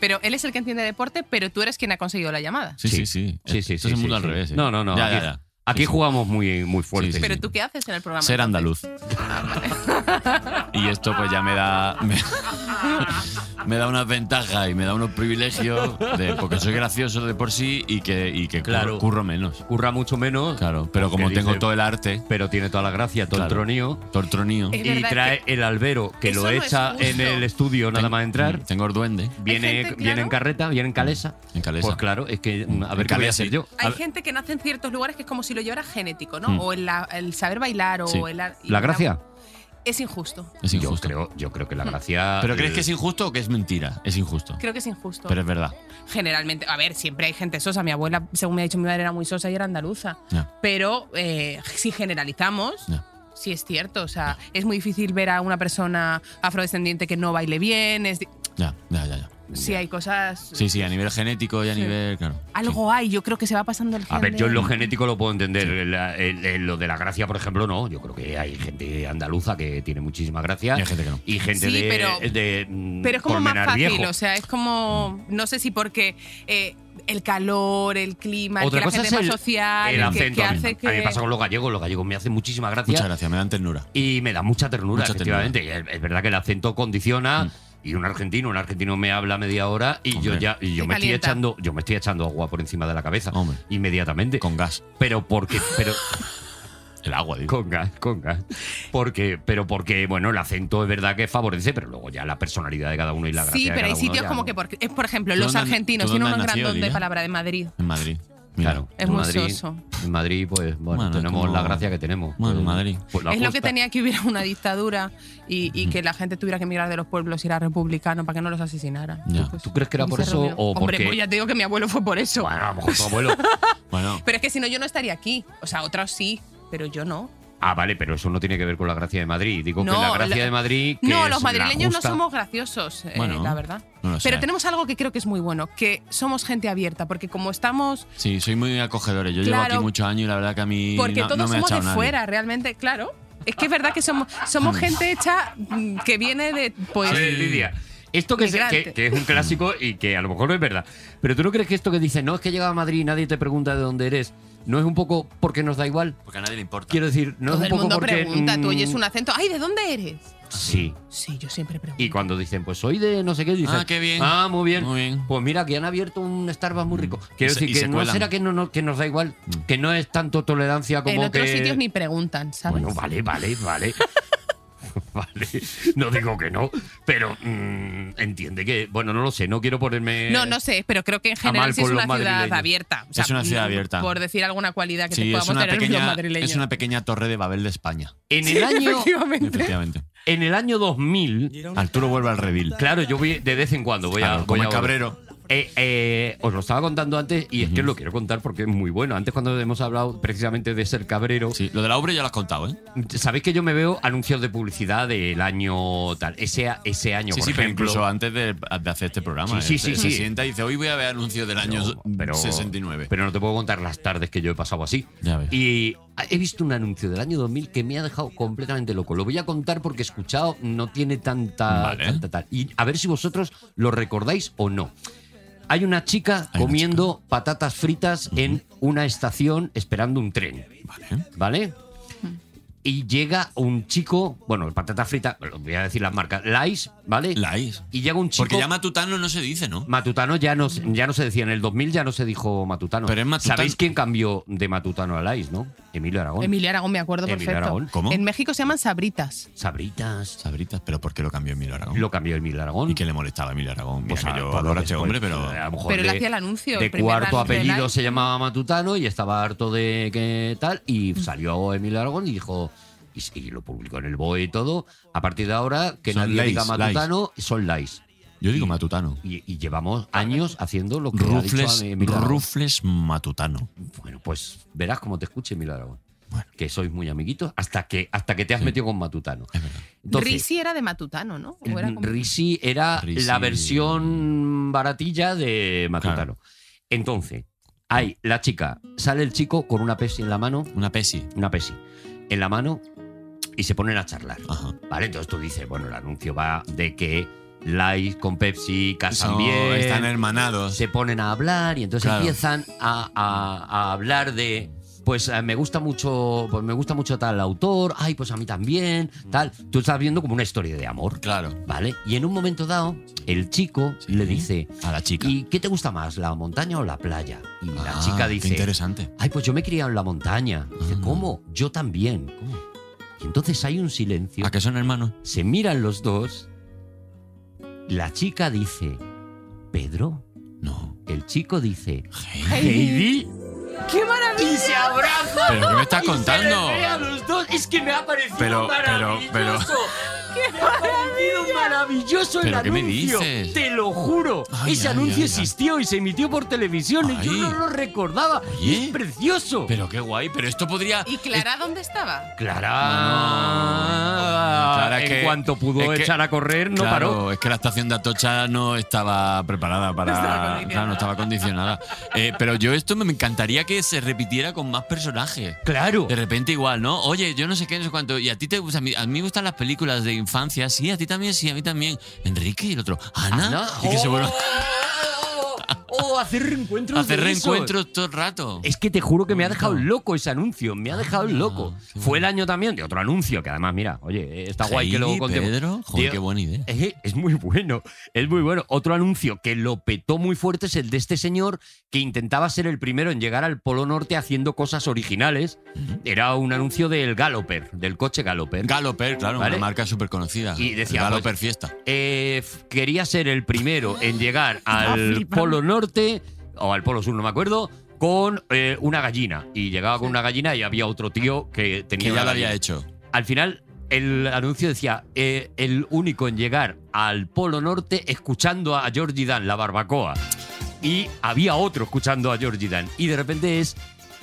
Pero él es el que entiende deporte, pero tú eres quien ha conseguido la llamada.
[LAUGHS] Sí, sí, sí.
Sí, sí,
Esto
sí,
es el
sí,
mundo al
sí.
revés. eh.
No, no, no.
Ya,
aquí
ya, ya.
aquí
Sí, sí.
jugamos muy, muy fuerte.
Sí, sí,
Pero
sí.
tú qué haces en el programa.
Ser andaluz.
Ah,
[LAUGHS] Y esto pues ya me da... Me, [LAUGHS] me da unas ventajas y me da unos privilegios de- porque soy gracioso de por sí y que, y que cur-
Claro.
curro menos.
Curra mucho menos,
Claro, pero como
Porque
tengo
dice-
todo el arte,
pero tiene toda la gracia, todo el
Claro.
tronío.
tortronío,
Es
Y
verdad
trae el albero que
Eso
lo
no es
echa
justo.
en el estudio nada
Ten-
más entrar.
Mm, Tengo el duende
Viene,
gente, claro. Mm.
viene en carreta, viene en calesa.
en Calesa.
Pues claro, es que mm, a ver
En
qué voy a
Calesi.
hacer yo. A
Hay
ver-
gente que nace en ciertos lugares que es como si lo llevara genético, ¿no?
Mm.
O el, la- el saber bailar o
Sí.
el ar- y
la gracia.
Es injusto.
es
Yo
injusto.
creo, Eh. yo creo que la gracia.
[LAUGHS] ¿Pero crees que es
sí?
injusto o que es mentira? Es injusto.
Creo que es injusto.
Pero es verdad.
Generalmente, a ver, siempre hay gente sosa. Mi abuela, según me ha dicho mi madre, era muy sosa y era andaluza.
Ya.
Pero eh, si generalizamos,
Ya.
sí es cierto. O sea, es muy difícil ver a una persona afrodescendiente que no baile bien. Es di-
Ya, ya, ya. ya.
sí hay cosas...
Sí, sí, a nivel genético y a nivel. Claro.
Algo hay, yo creo que se va pasando el
A ver,
gen
yo en
de-
lo genético lo puedo entender. en la- en- en lo de la gracia, por ejemplo, no. Yo creo que hay gente andaluza que tiene muchísima gracia.
Y hay gente que no.
Y gente
Sí,
de,
pero-
de, mm,
Pero es como más
Colmenar
fácil,
Viejo. Mm.
o sea, es como, no sé si porque eh, el calor, el clima, el que
Otra
la
cosa
gente
es
más
el,
social,
el
el que- que,
acento. a, mí,
hace que...
a mí me pasa con los gallegos. Los gallegos me hacen muchísima gracia.
Muchas gracias, me dan ternura.
Y me da mucha ternura,
Mucha Mm.
efectivamente. Y Es, es verdad que el acento condiciona. Y un argentino, un argentino me habla media hora y yo
Hombre.
ya y yo
Te
me estoy
calienta.
echando, yo me estoy echando agua por encima de la cabeza
Hombre.
inmediatamente.
Con gas.
pero
[LAUGHS]
porque, pero
El agua, digo.
con gas, con gas. Porque, pero porque, bueno, el acento es verdad que favorece, pero luego ya la personalidad de cada uno y la gracia.
Sí,
de
pero
cada
hay
uno
sitios
ya
como
no.
que, por, es, por ejemplo,
¿Tú
los
dónde-
argentines
tú
tienen
dónde
un
has nacido,
grandón de
¿eh?
Lidia?
palabra de Madrid.
En Madrid. Mira.
Claro,
Es
en
muy
Madrid,
soso.
En Madrid, pues, bueno,
Bueno, es
tenemos
como-
la gracia que tenemos.
Bueno,
Pues,
Madrid.
pues la
es lo que
justa.
tenía que hubiera una dictadura y, y que la gente tuviera que emigrar de los pueblos y era republicano para que no los asesinaran.
Ya.
¿Tú crees que era
y
por
se
eso
reunió.
o
Hombre,
porque-
pues ya te digo que mi abuelo fue por eso.
Bueno, a lo mejor tu abuelo.
[LAUGHS]
Bueno,
Pero es que si no, yo no estaría aquí. O sea, otros sí, pero yo no.
Ah, vale, pero eso no tiene que ver con la gracia de Madrid. Digo que
No,
la gracia
la-
de Madrid. que
No,
es
los
la
madrileños no
justa-
somos graciosos, eh,
Bueno,
la verdad.
no lo sé.
Pero tenemos algo que creo que es muy bueno, que somos gente abierta, porque como estamos...
sí, soy muy acogedor. Yo llevo
Claro.
aquí muchos años y la verdad que a mí.
Porque
no,
todos
no me ha
somos de
echado nadie.
fuera, realmente, claro. Es que es verdad que somos, somos gente hecha mm, que viene de... Pues,
A ver, Lidia. Esto que, se-
Migrante.
que- que es un clásico y que a lo mejor no es verdad. Pero tú no crees que esto que dicen, no es que llegaba a Madrid y nadie te pregunta de dónde eres, no es un poco porque nos da igual.
Porque a nadie le importa.
Quiero decir, no
todo
es
el
un poco
mundo
porque.
pregunta, tú
mm,
oyes un acento, ay, ¿de dónde eres?
Sí.
Sí, yo siempre pregunto.
Y cuando dicen, pues soy de no sé qué, dicen.
Ah, qué bien.
Ah, muy bien.
Muy bien.
Pues mira, que han abierto un Starbucks muy rico.
Y
Quiero
se-
decir
y
que
se
no
cuelan. Mm.
será que, no, no- que nos da igual, que no es tanto tolerancia como
en otros
que.
sitios ni preguntan, ¿sabes?
Bueno, vale, vale, vale. [LAUGHS] vale. No digo que no, pero mm, entiende que. Bueno, no lo sé, no quiero ponerme.
No, no sé, pero creo que en
a mal
general sí es
con los
una ciudad
madrileños.
abierta. O mm,
Es una ciudad abierta.
Por decir alguna cualidad que te
Sí, es
podamos
una,
tener los
pequeña,
madrileños.
es una pequeña torre de Babel de España.
En el año,
[LAUGHS] Efectivamente.
Efectivamente.
en el año 2000,
Arturo vuelve al redil.
claro, yo voy de vez en cuando voy a.
Claro,
voy
como
a-
el cabrero.
Eh, eh, os lo estaba contando antes y es que lo quiero contar porque es muy bueno. Antes cuando hemos hablado precisamente de ser cabrero,
Sí, lo de la obra ya lo has contado, ¿eh?
sabéis que yo me veo anuncios de publicidad del año tal, ese, ese año,
Sí,
por
sí, pero
ejemplo.
incluso antes de, de hacer este programa.
Sí, sí,
¿eh?
sí,
se, se
sí.
sienta y dice, hoy voy a ver anuncios del año
pero-
69.
Pero no te puedo contar las tardes que yo he pasado así.
Ya ves.
Y ah, he visto un anuncio del año 2000 que me ha dejado completamente loco. Lo voy a contar porque escuchado no tiene tanta,
Vale.
tanta tal. Y a ver si vosotros lo recordáis o no. Hay una chica
Hay una
comiendo patatas fritas en una estación esperando un tren.
Vale.
¿vale? Y llega un chico, bueno, patata frita, bueno, voy a decir las marcas, Lais, ¿vale?
La is.
Y llega un chico.
Porque ya Matutano no se dice, ¿no?
Matutano ya no, se- ya no se decía, en el 2000 ya no se dijo Matutano.
Pero es Matutano.
¿Sabéis quién cambió de Matutano a Lais, no? Emilio Aragón.
Emilio Aragón, me acuerdo
Emilio
perfecto.
Aragón.
¿Cómo?
En México se llaman sabritas.
Sabritas.
Sabritas, pero ¿por qué lo cambió Emilio Aragón?
Lo cambió Emilio Aragón.
¿Y qué le molestaba a Emilio Aragón? Mira
Pues
que
a-
yo
por lo
adoro a
que
este
fue,
hombre, pero...
eh, a lo mejor
Pero él
de-
hacía el anuncio.
De
el primer
cuarto
anuncio de
apellido
Life.
se llamaba Matutano y estaba harto de que tal. Y salió Emilio Aragón y dijo, y, y lo publicó en el BOE y todo, a partir de ahora que
Son
nadie
lais,
diga Matutano, son lais.
Yo digo Matutano.
Y, y llevamos años haciendo lo que ha dicho
Rufles,
Emilio Aragón.
Rufles Matutano.
Bueno, pues verás cómo te escuche Emilio Aragón.
Bueno.
Que sois muy amiguitos hasta que, hasta que te has metido con Matutano.
Es verdad.
Entonces,
Risi era de Matutano, ¿no? O era
el-
como-
Risi era
Risi-
la versión baratilla de Matutano. Entonces, hay la chica, sale el chico con una Pepsi en la mano,
Una pesi.
una Pepsi en la mano y se ponen a charlar.
Ajá.
Vale, entonces tú dices, bueno, el anuncio va de que Light con Pepsi casan
Son-
bien,
Están hermanados.
se ponen a hablar y entonces
Claro.
empiezan a, a- a hablar de pues eh, me gusta mucho pues me gusta mucho tal autor ay pues a mí también
Mm.
tal tú estás viendo como una historia de amor
Claro.
vale y en un momento dado el chico
Sí.
le dice
A la chica.
y qué te gusta más la montaña o la playa y la
Ah,
chica
Qué
dice
interesante.
ay pues yo me he criado en la montaña dice
Ah.
cómo yo también y entonces hay un silencio
¿A que son hermanos?
se miran los dos la chica dice Pedro
No.
el chico dice
Hey.
Heidi
¡Qué maravilla!
y se abrazan.
¿Pero qué me estás
y se
contando?
les ve a los dos. Es que me ha parecido
Pero- pero-
maravilloso.
pero-
Me ha parecido maravilloso el
¿Pero qué me
anuncio.
dices?
Te lo juro.
Ay,
Ese
ay,
anuncio
ay, ay.
existió y se emitió por televisión y yo
Ay.
no lo recordaba.
Oye.
Es precioso.
Pero qué guay. Pero esto podría...
¿Y Clara dónde estaba?
Clara,
Clara,
en
que-
cuanto pudo
es que-
echar a correr, no
claro,
paró.
es que la estación de Atocha no estaba preparada para.
[LAUGHS] No estaba
claro,
condicionada.
no estaba condicionada. Eh, pero yo esto me me encantaría que se repitiera con más personajes.
Claro.
De repente igual, ¿no? Oye, yo no sé qué, no sé cuánto. Y a ti te gusta, a mí, a mí me gustan las películas de infancia, sí, a ti también, sí, a mí también. Enrique y el otro, Ana.
Ana,
Y que se
oh,
vuelvan
oh, oh, oh, hacer reencuentros.
a hacer
de esos.
reencuentros todo el rato.
Es que te juro que me ha dejado
Bonito.
loco ese anuncio, me ha dejado
Ah,
loco.
qué
Fue el año también de otro anuncio, que además, mira, oye, eh, está guay que lo
Heidi,
contemos.
Pedro, joder,
Tío,
qué buena idea.
Eh, Es muy bueno, es muy bueno. Otro anuncio que lo petó muy fuerte es el de este señor que intentaba ser el primero en llegar al Polo Norte haciendo cosas originales. Era un anuncio del Galloper, del coche Galloper.
Galoper, claro,
Vale.
una marca súper conocida.
Y decía,
Galoper
pues-
Fiesta.
Eh, f- quería ser el primero en llegar al
flipando.
Polo Norte o al Polo Sur, no me acuerdo, con eh, una gallina. Y llegaba con una gallina y había otro tío que tenía
Que
una
ya lo había
gallina.
hecho.
Al final, el anuncio decía: eh, el único en llegar al Polo Norte escuchando a Georgie Dan, la barbacoa. Y había otro escuchando a Georgie Dan. Y de repente es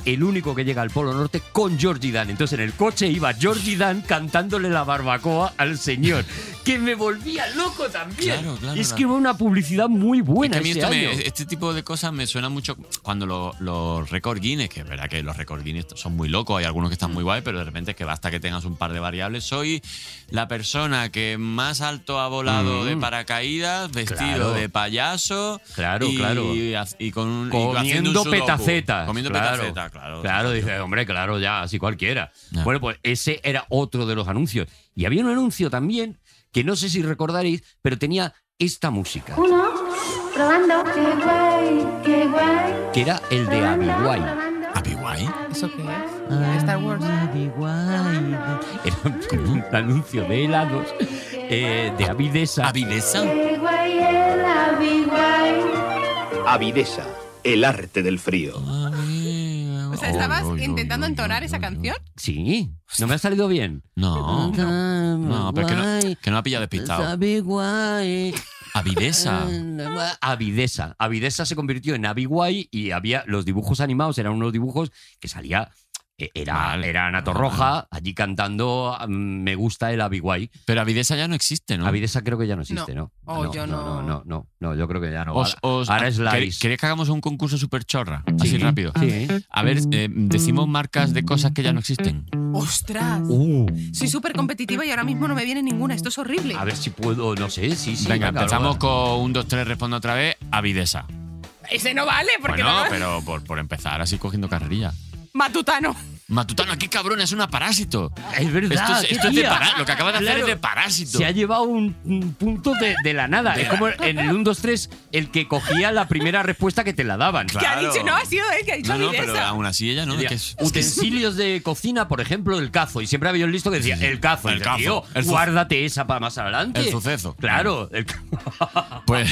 el único que llega al Polo Norte con Georgie Dan. Entonces en el coche iba Georgie Dan cantándole la barbacoa al señor. Que me volvía loco también.
Claro, claro,
es
claro.
que fue una publicidad muy buena
Es que a mí
ese
esto me-
año.
este tipo de cosas me suena mucho cuando lo- los récord Guinness, que es verdad que los récord Guinness son muy locos, hay algunos que
Mm.
están muy guay, pero de repente es que basta que tengas un par de variables. Soy la persona que más alto ha volado
Mm.
de paracaídas, vestido
Claro.
de payaso.
Claro,
y,
claro.
Y, haz- y con un, y haciendo un
Comiendo
sudoku.
petacetas.
Comiendo
claro.
petacetas, claro.
Claro, dice, hombre, claro, ya, así cualquiera.
Ya.
Bueno, pues ese era otro de los anuncios. Y había un anuncio también, que no sé si recordaréis, pero tenía esta música,
Uno, probando, qué guay, qué guay.
que era el de
Probando,
Abiguay.
probando.
Abi Ah, guay.
¿Eso qué es? Star Wars.
Era como un anuncio de helados eh, de Avidesa.
Avilesa.
Qué guay el abiguay.
Avidesa, el arte del frío.
Abi-
O sea, ¿estabas
Uy, uy, uy,
intentando
uy,
entonar
uy,
esa
uy, uy.
canción?
Sí, no me ha salido bien.
No, no, pero que no, que no ha pillado despistado.
Sabe guay.
Avidesa.
Avidesa. Avidesa se convirtió en Abiguay y había los dibujos animados, eran unos dibujos que salía. eh, Era, era Nato Roja allí cantando mm, Me gusta el Abiguay.
Pero Avidesa ya no existe, ¿no?
Avidesa creo que ya no existe,
No.
¿no?
Oh,
no,
yo
no. No, no, no, no, yo creo que ya no.
Os-
ahora,
os-
ahora es
¿quer-
Laris.
¿Queréis que hagamos un concurso super chorra?
Sí,
Así rápido.
sí.
A ver, eh, decimos marcas de cosas que ya no existen.
¡Ostras!
Uh.
Soy súper competitiva y ahora mismo no me viene ninguna. Esto es horrible.
a ver si puedo, no sé, sí, sí.
venga, empezamos
ahora.
con un, dos, tres, respondo otra vez. Avidesa.
Ese no vale porque
Bueno,
no-
pero por, por empezar así cogiendo carrerilla.
Matutano.
Matutano, qué cabrón, es una parásito.
Es verdad.
Esto es,
qué
esto es de
tía.
pará- Lo que acabas de hacer
Claro.
es de parásito.
Se ha llevado un, un punto de, de la nada.
De
es
la-
como en el 1, 2, 3, el que cogía la primera respuesta que te la daban.
Que ha dicho, no, ha sido él que ha dicho
No, no,
Avidesa.
pero aún así ella no. es
Decía,
que es-
utensilios de cocina, por ejemplo, el cazo. Y siempre había un listo que decía, el cazo.
El
Y yo,
cazo,
"Tío,
el su-
guárdate esa para más adelante.
El suceso.
Claro. el ca- [LAUGHS]
Pues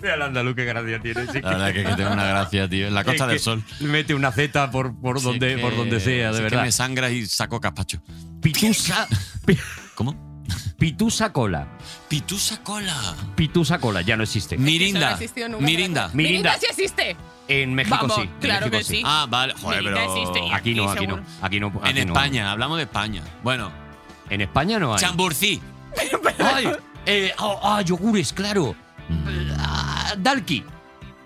Mira el andaluz, qué gracia tiene. sí.
la verdad que, que tengo una gracia, tío. En la Costa
Es
del
que
Sol.
Mete una Z por, por,
Si es
donde,
que-
por Eh, donde sea,
si
de
es eh, que
verdad.
me sangra y saco caspacho.
Pitusa, pi-
¿Cómo?
pitusa cola.
Pitusa cola.
Pitusa cola, ya no existe.
Eso no ha
Mirinda.
existido nunca.
Mirinda.
Mirinda
Mirinda.
sí existe.
En México
Vamos,
sí. en
claro
México
que sí.
Ah, vale. Joder,
Mirinda
pero.
existe.
aquí-
Aquí no,
Aquí
aquí no.
seguro.
Aquí no.
En
aquí no.
España, hablamos de España. Bueno,
En España no hay.
chamburcí.
¡Ay! Eh, ah, ah, yogures, claro.
Mm.
Ah, dalki.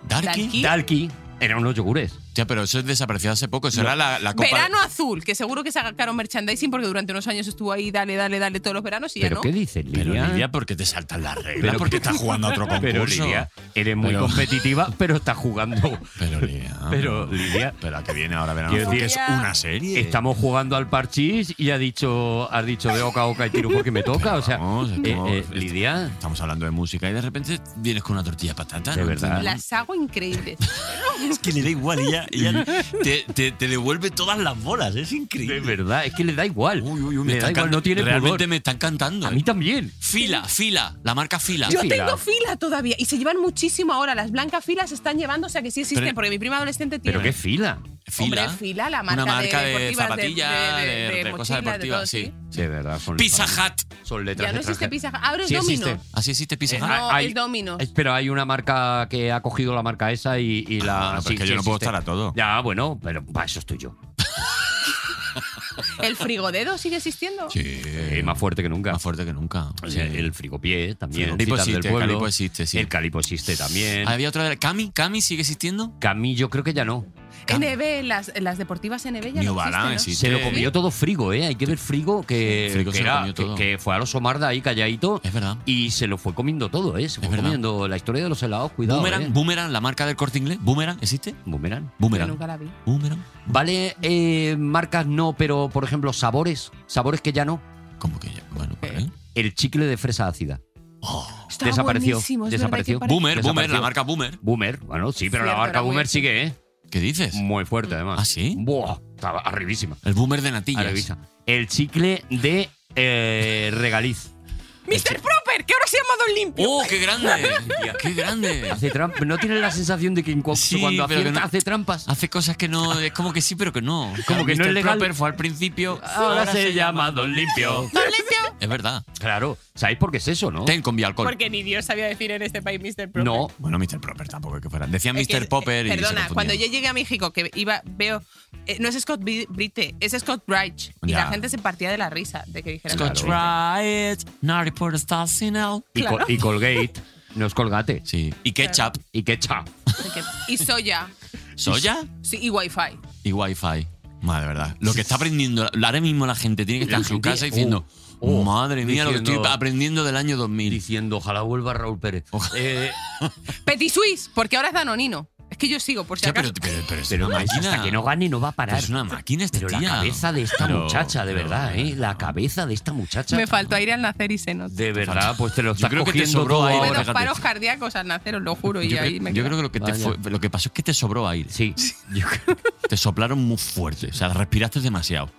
Darky.
Dalki. Eran unos yogures.
Hostia, pero eso desapareció hace poco. Eso era la, la copa.
Verano Azul, que seguro que sacaron merchandising porque durante unos años estuvo ahí, dale, dale, dale todos los veranos y ya
¿Pero
no.
qué dices,
Pero
Lidia?
Lidia, ¿por qué te saltan las reglas?
Pero-
¿Por qué estás jugando a otro concurso?
[LAUGHS] Pero, Lidia, eres muy
Pero-
competitiva, pero estás jugando.
Pero Lidia.
[LAUGHS] Pero, Lidia,
Pero a que viene ahora verano.
Quiero
Azul, que es
decir-
una serie.
estamos jugando al parchís y ha dicho, has dicho de oca a oca y tiro porque me toca. O sea,
Vamos,
eh,
estamos-
eh, Lidia,
Estamos hablando de música y de repente vienes con una tortilla de patata.
De
¿no?
verdad.
Las hago
[LAUGHS]
increíbles.
Es que le da igual y ya, y ya te, te- te devuelve todas las bolas. Es
de
increíble.
verdad, es que le da igual.
Uy, uy, uy, me
le da
están
igual,
can-
no tiene
Realmente
pudor.
me están cantando.
A
eh.
mí también.
Fila, fila. La marca fila.
Yo
Fila.
tengo fila todavía y se llevan muchísimo ahora. Las blancas filas se están llevando, o sea que sí existen,
Pero-
porque mi prima adolescente tiene.
Pero qué fila.
Fila.
Hombre, fila, la marca,
Una marca
de,
de,
deportivas,
zapatillas, de,
de, de- de
cosas
mochilas, de
deportivas,
todo,
sí.
De verdad. son-
Pizza
son-
Hut.
Son letras
Ya no existe
extranjeras.
Pizza Hut. Ahora es
Sí
Domino.
existe.
Así existe Pizza
Eh,
Hut.
No,
hay-
es Domino.
Es- Pero hay una marca que ha cogido la marca esa y, y la.
Ah, pero
sí,
es que
sí
yo no puedo
existe.
estar a todo.
Ya, bueno, pero para eso estoy yo.
¿El frigodedo sigue existiendo?
Sí.
Eh, más fuerte que nunca.
Más fuerte que nunca.
O sea, el frigopié también.
Frigopié
citas
existe,
del
el
pueblo.
calipo existe, sí.
El calipo existe también.
Había otra de la... ¿Cami? ¿Cami sigue existiendo?
Camillo creo que ya no.
NB, las, las deportivas NB ya
New
no
Balance,
existen, ¿no?
sí.
Se lo comió todo Frigo, ¿eh? Hay que ver Frigo que,
Frigo
que
se lo
era-
comió todo.
que- que fue a los Omarda ahí calladito
Es verdad.
y se lo fue comiendo todo, ¿eh? Se fue
Es verdad.
comiendo la historia de los helados, cuidado.
Boomerang,
¿eh?
Boomerang, la marca del corte inglés. ¿Boomerang existe?
Boomerang.
Yo
Boomerang.
nunca la vi.
Boomerang.
Vale, eh, marcas no, pero por ejemplo, sabores. Sabores que ya no.
¿Cómo que ya? Bueno,
Eh,
vale.
El chicle de fresa ácida.
Oh.
Estaba
Desapareció,
buenísimo, es verdad
desapareció.
que parece-
Boomer, Boomer,
Desapareció.
la marca Boomer.
Boomer, bueno, sí, pero la
Cierto,
marca
era muy Mm.
Boomer
así.
sigue, ¿eh?
¿Qué dices?
Muy fuerte, además.
¿Ah, sí?
Buah, estaba arribísima.
El Boomer de natillas.
Arribísima. El chicle de eh, regaliz.
Mr. Proper, que ahora se llama Don Limpio.
¡Oh,
[LAUGHS]
qué grande! ¡Qué grande!
Hace tramp- [LAUGHS] ¿No tienes la sensación de que en cu-
Sí,
cuando
pero que
acierta
no-
hace trampas?
Hace cosas que no. Es como que sí, pero que no.
Como que no
Mr.
es legal.
Proper fue al principio.
Ahora, se, llama Don Limpio.
Don Limpio.
Es verdad.
Claro, ¿sabéis por qué es eso, no?
Ten con bialcohol.
Porque ni Dios sabía decir en este país Mr. Proper.
No,
Bueno, Mr. Proper tampoco es que fuera. Decía
Es que,
Mr. Popper
eh,
y. se
Perdona,
confundían.
cuando yo llegué a México, que iba, veo. eh, no es Scott Bi- Brite, es Scott Bright. Y
Ya.
la gente se partía de la risa de que dijeran.
Scotch
Bright.
Rite, Naughty Port Stasinal.
y,
Claro.
col- y Colgate no es Colgate.
Sí. Y ketchup,
Y ketchup.
Y soya.
soya
Sí, y Wi-Fi.
y wifi. Madre, verdad. Lo que está aprendiendo ahora mismo la gente tiene que estar en su
gente,
casa diciendo,
oh, oh,
madre mía, lo que estoy
diciendo-
aprendiendo del año 2000.
Diciendo, ojalá vuelva Raúl Pérez. Eh,
Petit Suisse, porque ahora es Danonino. Es que yo sigo, por si
Ya, pero,
acaso.
pero- pero es
pero
una máquina.
hasta que no gane no va a
Pero
parar.
es una máquina esta
Pero
tía.
la cabeza de esta
Pero-
muchacha, de
pero-
verdad, ¿eh? La cabeza de esta muchacha.
Me faltó aire al nacer y se nota.
De verdad, pues te lo
Yo
está
creo que te
cogiendo
sobró
todo
aire.
ahora.
Tuve dos
fíjate.
paros cardíacos al nacer, os lo juro. y
Yo,
ahí
creo,
me
yo
quedé.
creo que lo que, te
Vaya.
fue- lo que pasó es que te sobró aire.
Sí. Yo-
Te soplaron muy fuerte. O sea, respiraste demasiado.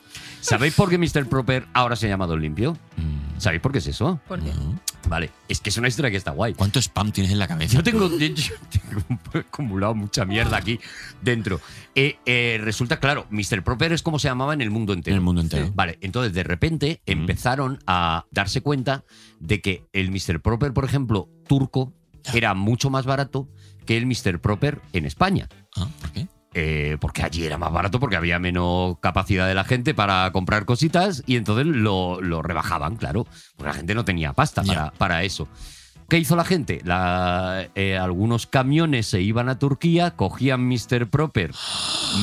¿Sabéis por qué Mr. Proper ahora se llama Don Limpio?
Mm,
¿Sabéis por qué es eso?
¿Por qué?
no.
Vale, es que es una historia que está guay. [LAUGHS]
¿Cuánto spam tienes en la cabeza?
Yo tengo, yo- yo tengo acumulado mucha mierda aquí dentro. Eh, eh, resulta, claro, Mr. Proper es como se llamaba en el mundo entero.
En el mundo entero.
Vale, entonces de repente empezaron a darse cuenta de que el Mr. Proper, por ejemplo, turco, era mucho más barato que el Mr. Proper en España.
Ah, ¿Por qué?
Eh, porque allí era más barato porque había menos capacidad de la gente para comprar cositas y entonces lo, lo rebajaban, claro. Porque la gente no tenía pasta para, para eso. ¿Qué hizo la gente? La- eh, algunos camiones se iban a Turquía, cogían Mr. Proper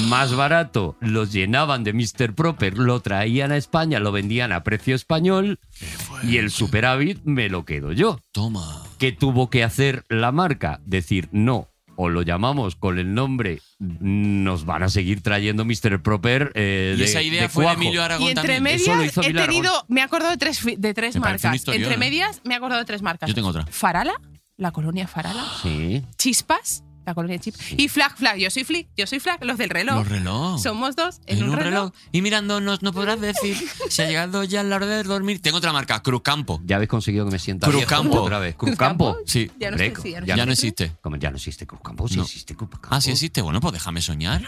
más barato, los llenaban de Mr. Proper, lo traían a España, lo vendían a precio español y el superávit me lo quedo yo.
Toma.
¿Qué tuvo que hacer la marca? Decir, no, o lo llamamos con el nombre, nos van a seguir trayendo Mr. Proper. eh,
Y
de-
esa idea
de
fue de
cuajo.
Emilio Aragón
Y entre
también.
Eso lo
medias
hizo
he
Emilio Aragón.
tenido, me acuerdo de tres, fi- de tres
Me parece un
marcas.
historión,
Entre
¿eh?
medias me he acordado de tres marcas.
Yo tengo otra.
Farala, la colonia Farala,
Sí.
Chispas, la colonia Chispas, y Flag Flag, yo soy Flick, yo soy Flag, los del reloj.
Los relojes.
Somos dos en, un, reloj.
Y mirándonos, no podrás decir si ha llegado ya la hora de dormir. Tengo otra marca, Cruzcampo.
Ya habéis conseguido que me sienta
Cruz
viejo
Campo.
otra vez. Cruzcampo.
Sí.
Ya no
Hombre,
sé si ya no
Ya, no existe.
Como ya no existe Oh. Cruzcampo, sí
No.
existe Cruzcampo.
Ah, sí existe. Bueno, pues
[LAUGHS]
déjame soñar.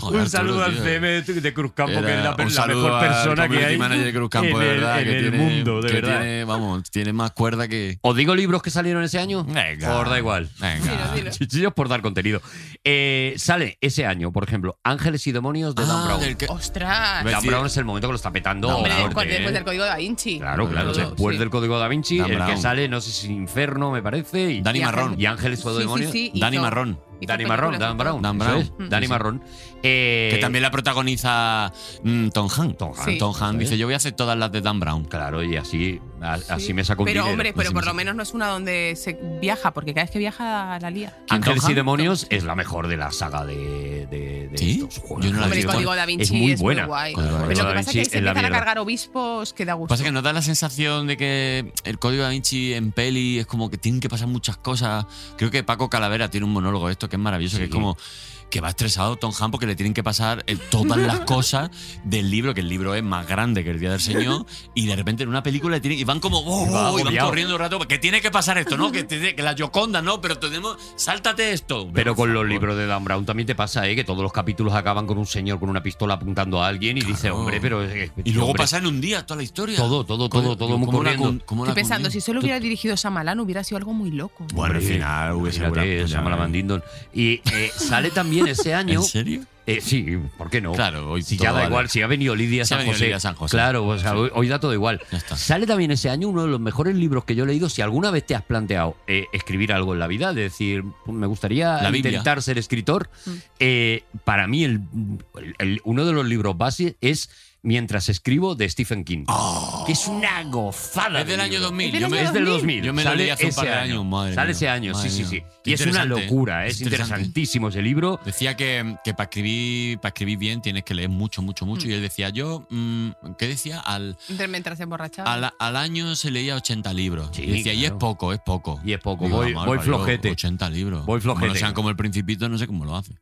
Joder,
un saludo
Arturo,
al
tío.
CM de, de Cruzcampo, que es
Era-
la, per-
un
la
saludo
mejor
al
persona que
community
hay
manager de Cruz Campo,
en
de
el,
verdad,
en
que
el
tiene-
mundo, de
que
verdad.
tiene, vamos, tiene más cuerda que.
¿Os digo libros que salieron ese año?
Venga.
Os da igual.
Venga.
Dilo, dilo.
Chichillos por dar contenido. Eh, sale ese año, por ejemplo, Ángeles y Demonios de Dan
Ah,
Brown.
del que-
Ostras.
Dan
decir-
Brown es el momento que lo está petando.
Hombre,
fuerte,
después,
¿eh?
después del código da Vinci.
Claro, claro.
Todo,
Después
sí.
del código da Vinci,
Dan
el que
Brown.
sale, no sé si Inferno, me parece. Y
Dani
Y
Marrón.
Ángel-
y Ángeles o
Sí, sí,
Demonios.
sí, hizo-
Dani Marrón.
hizo
Dani Marrón, Dan Brown.
Dan
eso
Brown.
es,
Mm.
Dani
Sí, sí.
Marrón. Eh,
Que también la protagoniza mm, Tom Han. Tom
Han. Sí.
dice: Yo voy a hacer todas las de Dan Brown.
Claro, y así, a- así
Sí.
me saco un
Pero
dinero.
hombre, pero
Así
por
me
lo
saco.
menos no es una donde se viaja, porque cada vez que viaja la lía.
Ángeles
Tom
y
Han?
Demonios es la mejor de la saga de, de, de
¿Sí?
estos juegos.
Yo no la
Hombre,
vi.
el
Bueno,
código da Vinci
es muy buena.
guay.
Código da
Pero
Vinci
lo que pasa es que ahí
es
se
la
empiezan a
mierda.
cargar obispos que da gusto.
Pasa que nos da la sensación de que el código da Vinci en peli es como que tienen que pasar muchas cosas. Creo que Paco Calavera tiene un monólogo de esto que es maravilloso,
Sí.
que es como que va estresado Tom Han porque le tienen que pasar eh,
[LAUGHS]
todas las cosas del libro, que el libro es más grande que el Día del
[LAUGHS]
Señor, y de repente en una película le tienen, y van como oh,
Y va
oh, y van
agobiado.
corriendo un rato, que tiene que pasar esto, ¿no? Que, te- que la Yoconda, ¿no? Pero tenemos, sáltate esto.
Pero
Por
con los
favor.
libros de Dan Brown también te pasa, ¿eh? Que todos los capítulos acaban con un señor con una pistola apuntando a alguien y dice, hombre, pero. eh,
Y luego
hombre,
pasa en un día toda la historia.
Todo, todo, todo, todo muy
¿Cómo la
corriendo.
con- cómo la
Estoy pensando,
conviene?
si solo hubiera dirigido Shyamalan hubiera sido algo muy loco.
Bueno, al
Hombre,
final hubiese
Fíjate,
vuelto, ya
Samara
ves.
Van Dindon. Y eh, sale también ese año.
eh. [LAUGHS] ¿En serio?
eh, sí, ¿por qué no?
Claro, hoy
si
todo
ya da
vale.
igual, si ha venido Lidia
Si ha
San,
venido
José,
Lidia San José.
Claro, o sea, hoy, hoy da todo igual.
Ya está.
Sale también ese año uno de los mejores libros que yo he leído. Si alguna vez te has planteado eh, escribir algo en la vida, de decir, pues, me gustaría
La Biblia.
intentar ser escritor,
Mm.
eh, para mí el, el- uno de los libros base es Mientras escribo de Stephen King, que es una gozada.
Ah. Es
de
del año
libro.
2000.
Es
Yo me,
Es del 2000.
Yo me lo
Sale
leí hace un par de
ese
años,
año.
madre
Sale
mía.
ese año,
Madre
sí, sí,
mía.
sí.
Qué
Y es una
interesante, ¿eh?
locura,
Es
es
interesante.
interesantísimo ese libro.
Decía que, que para escribir para escribir bien tienes que leer mucho, mucho, mucho. Y él decía, yo, mm, ¿qué decía? Al,
Entre- Mientras se emborrachaba.
al, al año se leía 80 libros.
Sí,
y decía, y es
claro.
poco, es poco.
Y es poco, voy-
"Mamá,
voy
parió,
flojete".
80 libros.
Voy
Como
flojete.
no sean como el Principito, no sé cómo lo hace.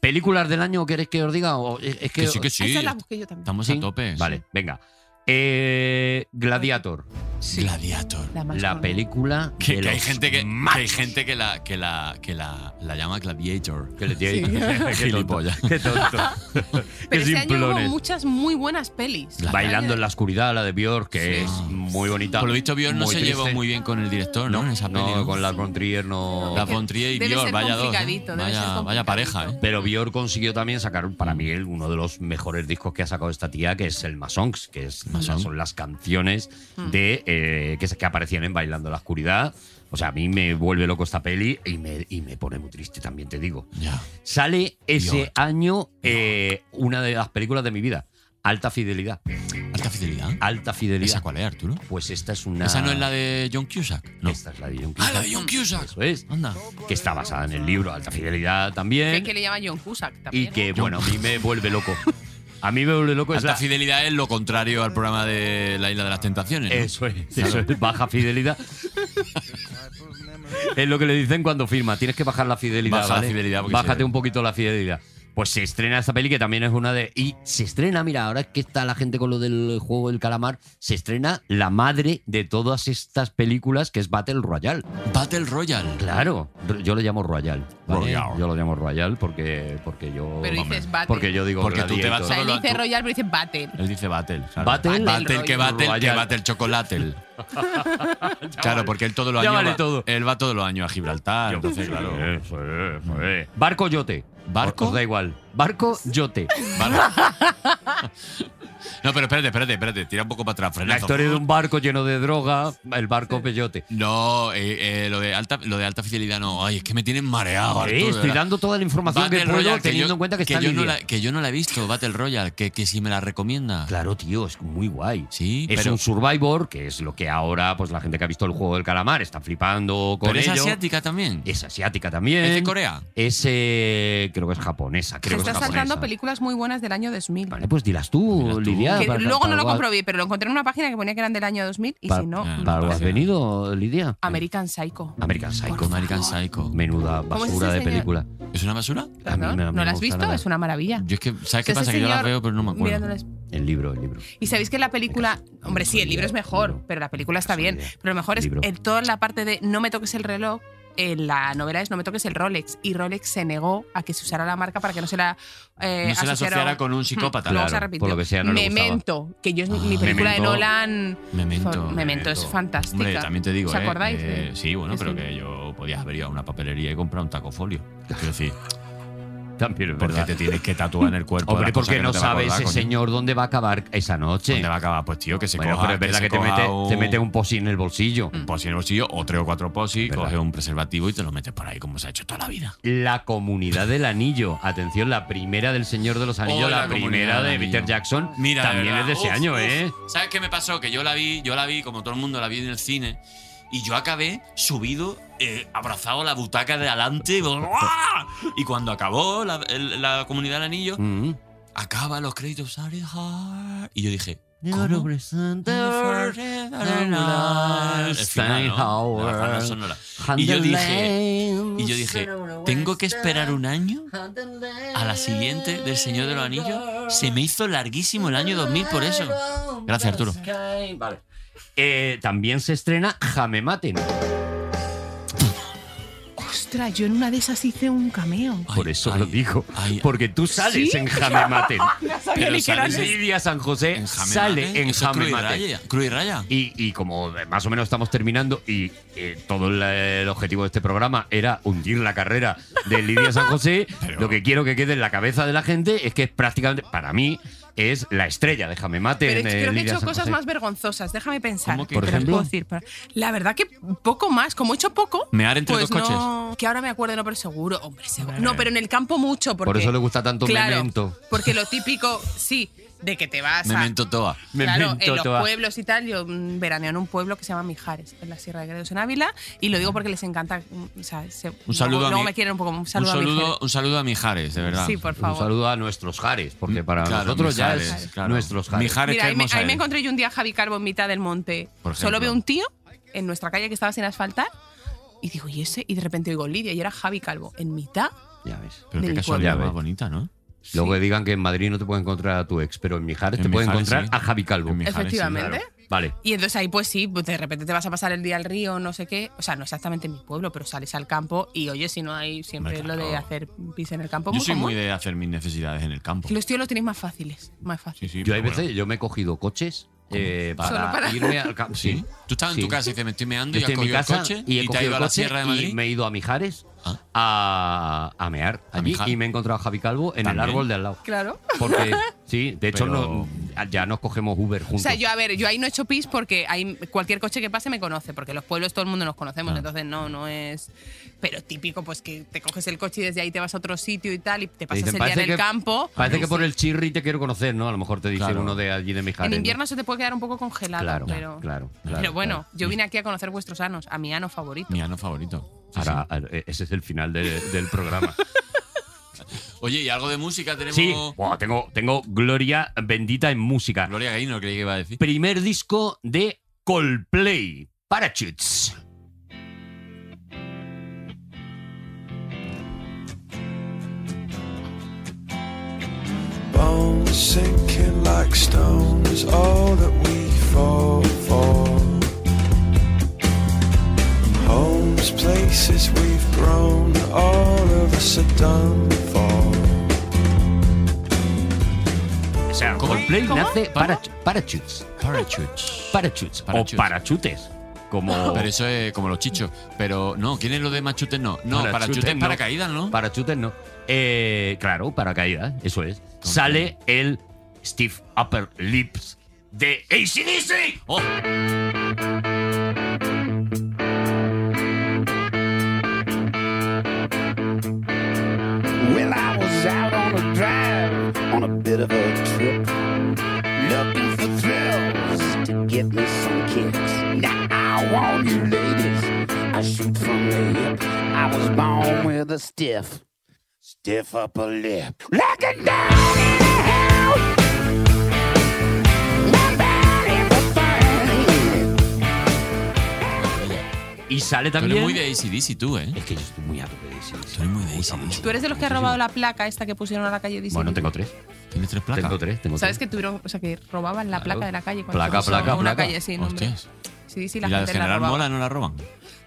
¿Películas del año queréis que os diga? O es, es que,
Que sí, que sí.
Esa la busqué yo también.
Estamos
¿Sí?
a tope.
Vale, venga. Eh, Gladiator,
Sí.
Gladiator.
más
la
gorda.
película
Que,
de
que hay
los
gente que, que
machos.
hay gente que la, que la, que la, la llama Gladiator.
[LAUGHS] [LAUGHS] que le tiene
[LAUGHS]
qué tonto,
Gilipollas.
[LAUGHS]
qué tonto. Qué
Pero ese año hubo
simplones.
muchas muy buenas pelis.
Bailando en la oscuridad, la de Björk, que
Sí.
es muy bonita.
Por lo visto, Bjorn no
muy
se
triste.
llevó muy bien con el director, ¿no? En esa
No,
peli, ¿no?
con la Contrier no.
La von Trier y
Debe
Bjorn,
ser
vaya dos. ¿eh?
complicadito, debe ser
Vaya,
complicadito.
vaya pareja, ¿eh?
Pero Björk consiguió también sacar para mí el- uno de los mejores discos que ha sacado esta tía, que es el Masongs, que es,
Masong.
son las canciones
Mm.
de eh, que, se- que aparecían en Bailando en la Oscuridad. O sea, a mí me vuelve loco esta peli y me, y me pone muy triste también, te digo.
Ya.
Sale ese
Björk.
año eh, una de las películas de mi vida, Alta Fidelidad.
Alta fidelidad.
Alta Fidelidad.
¿Esa cuál es, Arturo?
Pues esta es una...
¿Esa no es la de John Cusack? No.
Esta es la de John
Ah,
Cusack.
la de John Cusack.
Eso es.
Anda.
Que está basada en el libro Alta Fidelidad también.
Que, que le llama John Cusack también.
Y que, bueno, a mí me vuelve loco. A mí me vuelve loco. Es
Alta
la,
Pues fidelidad es lo contrario al programa de La Isla de las Tentaciones. ¿no?
eso es, eso es, baja fidelidad. es lo que le dicen cuando firma. Tienes que bajar la fidelidad.
Baja la
¿vale?
fidelidad porque
Bájate
se-
un poquito la fidelidad. Pues se estrena esta peli que también es una de... Y se estrena, mira, ahora es que está la gente con lo del juego del calamar, se estrena la madre de todas estas películas que es Battle Royale.
Battle Royale.
Claro, yo lo llamo Royal. ¿vale?
Royal.
Yo lo llamo Royal porque, porque yo.
Pero dices battle.
Porque yo digo
Porque tú te
gladiator.
O
vas
sea, él
Solo
dice
tú-
Royal, pero dice Battle.
Él dice Battle. claro.
Battle.
Battle que Battle, que
Royale.
Battle
[LAUGHS]
Chocolatel. claro, porque él todos los
Ya
años.
vale
va-
todo.
Él va todos los años a Gibraltar. entonces, claro.
Eh, eh, eh. Barco yote.
¿Barco?
Os da igual. Barco yote.
Vale. no, pero espérate, espérate, espérate. Tira un poco para atrás,
La
frenazo.
historia de un barco lleno de droga, el barco peyote.
No, eh, eh, lo, de alta, lo de alta fidelidad no. Ay, es que me tienen mareado.
Eh,
Arturo, Ah, de
estoy
verdad.
dando toda la información
Battle
que puedo
Royale,
teniendo
yo-
en cuenta que, está
yo no
Lidia.
la, que yo no la he visto, Battle Royale, que, que si me la recomienda.
Claro, tío, es muy guay.
Sí,
Es
pero,
un survivor, que es lo que ahora, pues la gente que ha visto el juego del calamar está flipando con
pero es
ello.
asiática también.
Es asiática también.
¿Es de Corea?
Es, eh, creo que es japonesa.
Creo
Se
Creo que
está
es japonesa.
saltando películas muy buenas del año 2000.
Vale, pues dilas tú,
Dilas tú.
Lidia.
Que
para-
luego no
para-
lo comprobé, pero lo encontré en una página que ponía que eran del año 2000 y
para-
si no,
¿Para
Ah,
algo has
Gracias.
venido, Lidia?
American Psycho.
American Psycho.
American Psycho.
Menuda
es ese
basura de
señor?
película.
¿Es una basura?
A mí
¿No?
me- me
¿No la has
gusta
visto?
nada.
Es una maravilla.
Yo es que, ¿sabes qué
O sea, ese
pasa? Que yo la
señor
veo, pero no me acuerdo.
mirándolas-
El libro, el libro.
Y sabéis que la película, hombre, sí, el libro es mejor, pero la película está bien. Pero lo mejor es
Libro.
en toda la parte de no me toques el reloj. En la novela es no me toques el Rolex y Rolex se negó a que se usara la marca para que no se la eh, Hmm.
No se la asociara con un psicópata.
Luego se
Claro,
arrepintió.
por lo que sea, no le gustaba.
Memento, que yo es mi- mi
Ah,
película
Memento.
de Nolan.
Memento.
Memento, es fantástica.
Hombre, también te digo,
¿Os
¿eh?
acordáis?
Eh,
de-
sí, bueno,
Sí,
pero
sí.
que yo podías haber ido a una papelería y comprar un tacofolio. Quiero
[LAUGHS]
decir,
También es
porque
verdad.
te tienes que tatuar en el cuerpo.
Hombre,
las cosas
porque
que
no,
te va a
sabe
acordar,
ese
coño.
señor dónde va a acabar esa noche.
¿Dónde va a acabar? Pues tío, que se
Bueno,
coja.
pero es verdad
se
que, te,
coja
mete,
un,
te mete un posi en el bolsillo.
un posi en el bolsillo o tres o cuatro posis,
Verdad.
coges un preservativo y te lo metes por ahí como se ha hecho toda la vida.
La comunidad del anillo. Atención, la primera del Señor de los Anillos,
Oh, la
la,
Comunidad
primera
del
de
Anillo.
Peter Jackson.
Mira,
también es de ese
Uf,
año,
uf.
¿eh?
¿Sabes qué me pasó? Que yo la vi, yo la vi, como todo el mundo la vi en el cine, y yo acabé subido, eh, abrazado a la butaca de adelante, ¡buah! y cuando acabó la, el- la comunidad del anillo,
Mm.
acaba los créditos, "Sorry, heart", y yo dije, ¿cómo? El final, ¿no? La banda sonora. Y yo dije, y yo dije, ¿tengo que esperar un año? A la siguiente del Señor de los Anillos se me hizo larguísimo el año 2000 por eso. Gracias, Arturo.
Eh, también se estrena Jame Maten.
Ostras, yo en una de esas hice un cameo.
Por eso lo digo.
ay.
porque tú sales en Jame
[LAUGHS]
Maten.
Pero sales
Lidia San José
en Jame Maten.
sale en
Eso
Jame
es eh. Cruz y
Maten.
Raya. Cruz y Raya.
Y, y como eh, más o menos estamos terminando y eh, todo el, eh, el objetivo de este programa era hundir la carrera de Lidia San
[LAUGHS]
José,
Pero-
lo que quiero que quede en la cabeza de la gente es que es prácticamente, para mí, es la estrella de Jame Maten.
Pero es que
eh,
creo que he
Lidia
hecho
San
cosas
José.
más vergonzosas. Déjame pensar.
¿Cómo que?
¿Qué
Por
os
ejemplo.
puedo decir? Pero La verdad que poco más. Como he hecho poco.
Mear entre
pues
dos
no- que ahora me acuerdo, no, pero seguro. Hombre, seguro. No, pero en el campo mucho. Porque,
Por eso le gusta tanto
claro,
Memento.
Porque lo típico, sí, de que te vas a.
Memento Toa.
Claro,
Memento
en los
Toa.
pueblos y tal, yo mm, veraneo en un pueblo que se llama Mijares, en la Sierra de Gredos, en Ávila, y lo digo porque les encanta. mm, o sea, se-
Un saludo
luego-
a
luego
mi-
me quieren un poco. Un
Un
saludo, a
saludo,
Mijares.
un saludo a Mijares, de verdad.
Sí, por
Un
favor.
saludo a nuestros Jares, porque para
Mm, Claro,
nosotros ya
Mijares,
es
claro.
nuestros Jares.
Mijares,
Mira,
qué
ahí me,
hermosa
ahí me
eres.
encontré yo un día a Javi Calvo en mitad del monte.
Por ejemplo.
Solo veo un tío en nuestra calle que estaba sin asfaltar y digo, ¿y ese? Y de repente digo, Lidia, y era Javi Calvo. En mitad.
Ya ves.
Pero qué
del
casualidad
pueblo.
más bonita, ¿no?
Luego que digan que en Madrid no te puede encontrar a tu ex, pero en Mijares
En
te puede
Mijares,
encontrar
sí.
a Javi Calvo.
En Mijares, sí.
Efectivamente.
Vale.
Y entonces ahí pues sí, pues de repente te vas a pasar el día al río, no sé qué. O sea, no exactamente en mi pueblo, pero sales al campo y oye, si no hay siempre
Hombre, claro.
lo de hacer pis en el campo.
Yo
muy
soy
común.
muy de hacer mis necesidades en el campo.
Los tíos los tenéis más fáciles, más fácil.
Sí, sí,
Yo hay
pero bueno.
veces, yo me he cogido coches eh, para,
Solo para-
[LAUGHS] irme al campo.
Sí.
Sí.
Tú estabas
Sí.
en tu casa y dices, me estoy meando
Yo
y has
estoy en mi
cogido el
casa
coche
y he
te has
cogido
ido
el
a la
coche
Sierra de
y
Madrid.
me he ido a Mijares
Ah.
a, a mear
A
allí
Mijares.
y me he encontrado a Javi Calvo en el
También.
árbol de al lado.
Claro.
[LAUGHS]
Porque, sí, de hecho
Pero-
no- ya nos cogemos Uber
O
juntos.
sea, yo a ver, yo ahí no he hecho pis porque hay, cualquier coche que pase me conoce, porque los pueblos todo el mundo nos conocemos,
Ah.
entonces no, no es. Pero típico, pues que te coges el coche y desde ahí te vas a otro sitio y tal, y te pasas
dicen,
el día en
"Parece
el
que-
campo.
Parece
Sí,
que por
sí.
el chirri te quiero conocer, ¿no? A lo mejor te dice
Claro.
uno de allí de Mijares.
En
¿no?
invierno se te puede quedar un poco congelado,
Claro,
pero.
claro,
pero
claro,
bueno,
claro.
yo vine aquí a conocer vuestros anos, a mi ano favorito.
Mi ano favorito. Sí,
Ahora, ahora, eh, ese es el final de- del programa.
sí. Oye, ¿y algo de música tenemos?
sí, Buah, tengo, tengo Gloria bendita en música.
Gloria Gaynor creí que iba a decir.
Primer disco de Coldplay, Parachutes.
I
black stone is all that we fall for. Homes, places we've grown, all of us are done for.
O sea, Coldplay
¿Cómo?
nace
¿Cómo?
para, parachutes.
Parachutes.
Parachutes.
Parachutes.
O parachutes. Como.
Pero eso es como los chichos. Pero no, ¿quién es lo de machutes? No, no,
Parachutes
parachutes es
no.
paracaídas, ¿no?
Parachutes no. Eh, claro, paracaídas, eso es. Sale el Steve Upper Lips de ACDC. Oh.
Well, I was out on a drive, on a bit of a trip, looking for thrills to get me some kicks. Now, all you ladies, I shoot from the hip. I was born with a stiff, stiff upper lip. Lock it down! in the house. My body's a fine.
Y sale
Tú eres
también.
muy de ACDC, tú, ¿eh?
Es que yo estoy muy a tope de ACDC.
Tú eres muy de ACDC.
Tú eres de los que ha robado la placa esta que pusieron a la calle diciendo.
Bueno, tengo tres.
¿Tienes tres placas?
Tengo tres, tengo
¿Sabes
tres.
que tuvieron, o sea, que robaban la placa de la calle cuando
Placa,
se puso
placa,
una
placa.
calle sin nombre?
Hostias.
Sí, sí,
¿Y
la
la del
gente la
general
robaba.
Mola no la roban?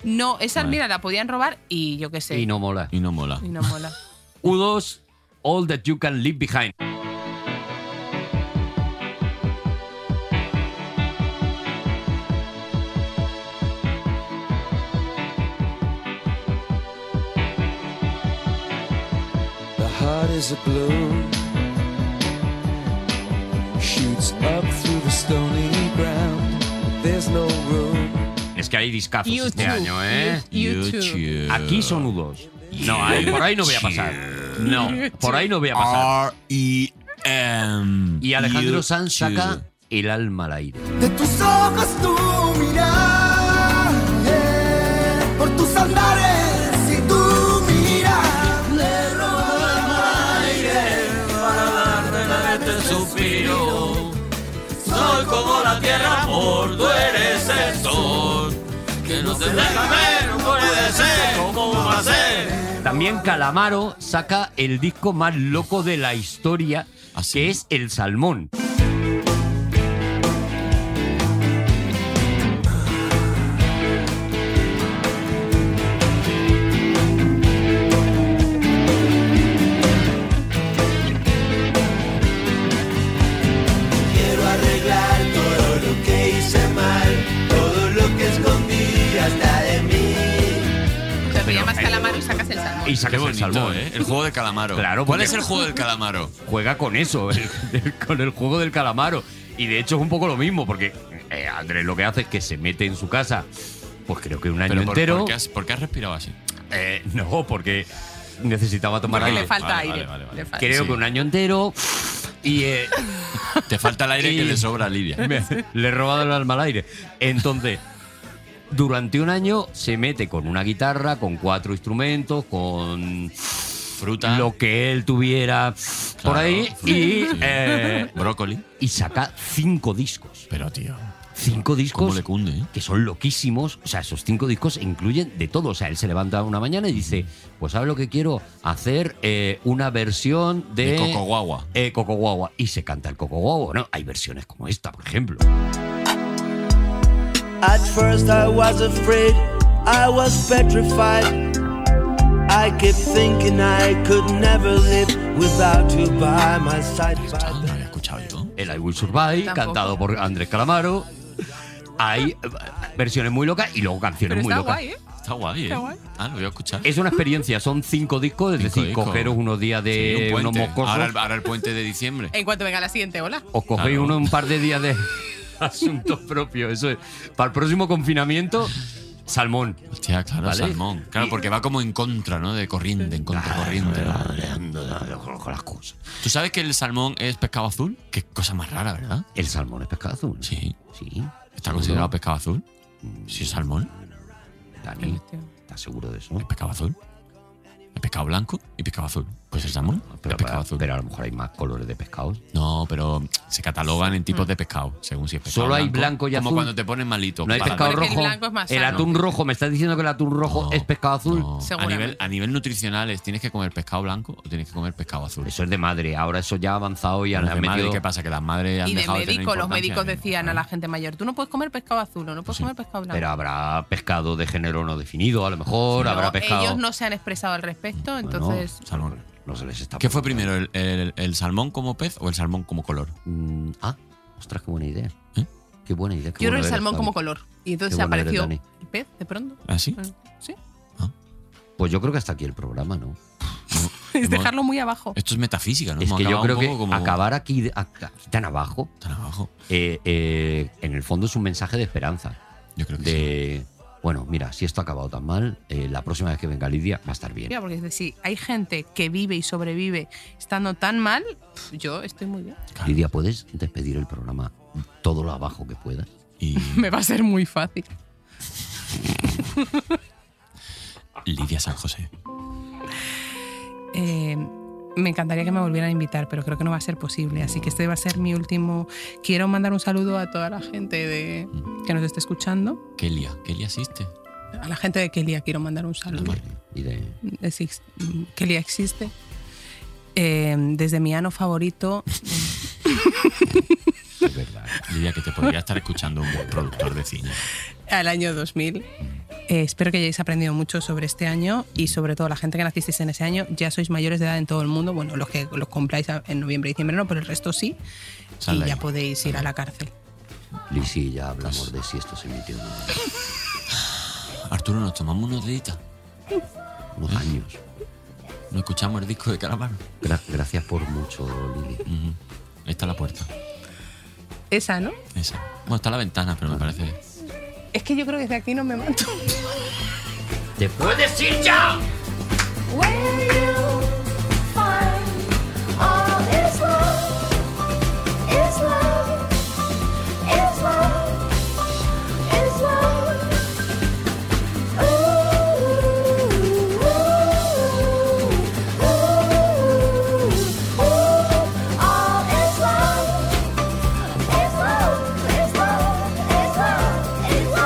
No, esa,
Vale.
mira, la podían robar y yo qué sé.
Y no mola.
Y no mola.
Y no
[LAUGHS]
mola.
U2, All That You Can Leave Behind.
The heart is a balloon, shoots up through the stony ground. There's no room.
Es que hay discazos
YouTube,
este año, ¿eh?
YouTube.
YouTube.
Aquí son U2. No, ahí- por ahí no voy a pasar. No, por ahí no voy a
Ah,
pasar.
R-E-M.
Y Alejandro Sanz
YouTube.
saca El alma al aire.
De tus ojos tu mirar, eh, por tus andares y tu mirar, le robamos aire para darte este suspiro. Soy como la tierra, por tú eres el sol, que no te deja ver, no puede ser, ¿cómo va a ser?
También Calamaro saca el disco más loco de la historia,
Ah,
que es El Salmón.
Quiero arreglar todo lo que hice mal, todo lo que escondí hasta de mí.
O sea, te llamas calamaro y sacas el salmón.
Y sacas
Qué
el
bonito,
salmón.
¿eh? El juego de calamaro.
Claro,
¿Cuál
porque-
es el juego
[LAUGHS]
del calamaro?
Juega con eso, ¿eh?
[LAUGHS]
el- con el juego del calamaro. Y de hecho es un poco lo mismo, porque eh, Andrés lo que hace es que se mete en su casa, pues creo que un año
Pero por,
entero.
¿por qué has, por qué has respirado así?
Eh, no, porque necesitaba tomar
Porque
aire.
le falta Vale, aire. vale, vale, Le falta.
Creo
Sí.
que un año entero. Y. eh,
Te falta
[LAUGHS]
el aire que le sobra a Lidia.
Me- le he robado el alma al aire. Entonces, durante un año se mete con una guitarra, con cuatro instrumentos, con. Fruta. Lo que él tuviera por
Claro,
ahí.
fruta,
Y.
sí.
eh,
Brócoli.
y saca cinco discos.
Pero, tío.
Cinco discos
¿Cómo le cunde, eh?
que son loquísimos. O sea, esos cinco discos incluyen de todo. O sea, él se levanta una mañana y dice, pues ¿sabes lo que quiero? Hacer eh, una versión de...
De Coco Guagua.
Eh, Coco Guagua. Y se canta el Coco Guagua. No, hay versiones como esta, por ejemplo.
At first I was afraid, I was petrified. I kept thinking I could never live without you by my side.
El I Will Survive,
Tampoco.
cantado por Andrés Calamaro. Hay eh, versiones muy locas y luego canciones
Pero
muy
está
locas.
guay, ¿eh? Está guay, ¿eh?
Está guay.
Ah, lo voy a escuchar.
Es una experiencia, son cinco discos, es decir,
discos.
cogeros unos días
Sí,
de
un
unos
puente.
moscosos.
Ahora, el- ahora el puente de diciembre.
Eh,
En cuanto venga la siguiente ola.
Os cogéis
Claro.
uno un par de
[LAUGHS]
días de asuntos propios. Eso es. Para el próximo confinamiento, salmón.
Hostia, claro,
¿Vale?
salmón. Claro,
Y-
porque va como en contra, ¿no? De corriente, en contracorriente.
Con las cosas.
¿Tú sabes que el salmón es pescado azul? Qué cosa más rara, ¿verdad?
El salmón es pescado azul.
Sí.
Sí.
¿Está considerado pescado azul?
Mm.
Sí, es salmón.
Dani, ¿estás seguro de eso?
¿Es pescado azul? ¿Es pescado blanco y pescado azul? Pues el salmón.
Ah, Pero, para- pero a lo mejor hay más colores de pescados.
No, pero se catalogan en tipos de pescado, según si es pescado.
Solo hay blanco y
Como
azul.
cuando te ponen malito.
No hay
para-
pescado
Porque el
rojo.
blanco es más
El
sano.
atún rojo. ¿Me estás diciendo que el atún rojo es pescado azul?
A nivel, a nivel nutricional, ¿es- ¿tienes que comer pescado blanco o tienes que comer pescado azul?
Pues,
Eso es de madre. Ahora eso ya ha avanzado y
Bueno,
han
de madre,
metido-
¿Qué pasa? Que las madres han
Y de
dejado de tener
médicos, los
importancia.
médicos decían a la gente mayor, tú no puedes comer pescado azul o no puedes comer pescado blanco.
¿eh? Pero habrá pescado de género no definido, a lo mejor.
No,
habrá pescado.
Ellos no se han expresado al respecto, entonces...
salmón.
No se les está
¿Qué fue primero, el, el- el salmón como pez o el salmón como color?
ah, ostras, qué buena idea.
¿Eh?
Qué buena idea.
Yo creo el salmón como color. Y entonces
Qué bueno eres,
apareció
Dani.
el pez de pronto.
¿Ah,
[LAUGHS]
sí?
Sí.
Pues yo creo que hasta aquí el programa, ¿no?
Es dejarlo muy abajo.
Esto es metafísica, ¿no?
Es
Hemos
que yo
acabado
creo
un
que
poco como-
acabar aquí, de- acá- tan abajo, eh,
tan abajo.
en el fondo es un mensaje de esperanza.
Yo creo que
de, Bueno, mira, si esto ha acabado tan mal, eh, la próxima vez que venga Lidia va a estar bien.
Mira, porque es decir, hay gente que vive y sobrevive estando tan mal, pf, yo estoy muy bien. [LAUGHS]
Lidia, ¿puedes despedir el programa todo lo abajo que puedas? [LAUGHS]
Y
Me va a ser muy fácil.
Lidia San José.
Eh, me encantaría que me volvieran a invitar, pero creo que no va a ser posible. Así que este va a ser mi último. Quiero mandar un saludo a toda la gente de, que nos esté escuchando.
Kelia, Kelia asiste.
A la gente de Kelia quiero mandar un saludo.
Eh, Y de...
Es ex- Kelia existe. Eh, desde mi ano favorito.
Es verdad. Lidia, que te podría estar escuchando un buen productor de cine.
al año 2000. Eh, espero que hayáis aprendido mucho sobre este año y sobre todo la gente que nacisteis en ese año. Ya sois mayores de edad en todo el mundo. Bueno, los que los compráis a- en noviembre y diciembre no, pero el resto sí.
Sal de
y ya
ahí.
podéis ir a la cárcel.
Lisi, ya hablamos de si esto se emitió o no.
Arturo, nos tomamos unos deditos.
Unos
¿Eh?
años.
No escuchamos el disco de Calamar.
Gra- gracias por mucho, Lidia.
Ahí está la puerta.
Esa, ¿no?
Esa. Bueno, está la ventana, pero me parece.
Es que yo creo que desde aquí no me mato.
¿Te
puedes ir ya?
Where you find all is love, is love, is love, is love. Ooh, ooh, ooh, ooh. All is love, is love, is love, is love, is love, is love, is love, is love.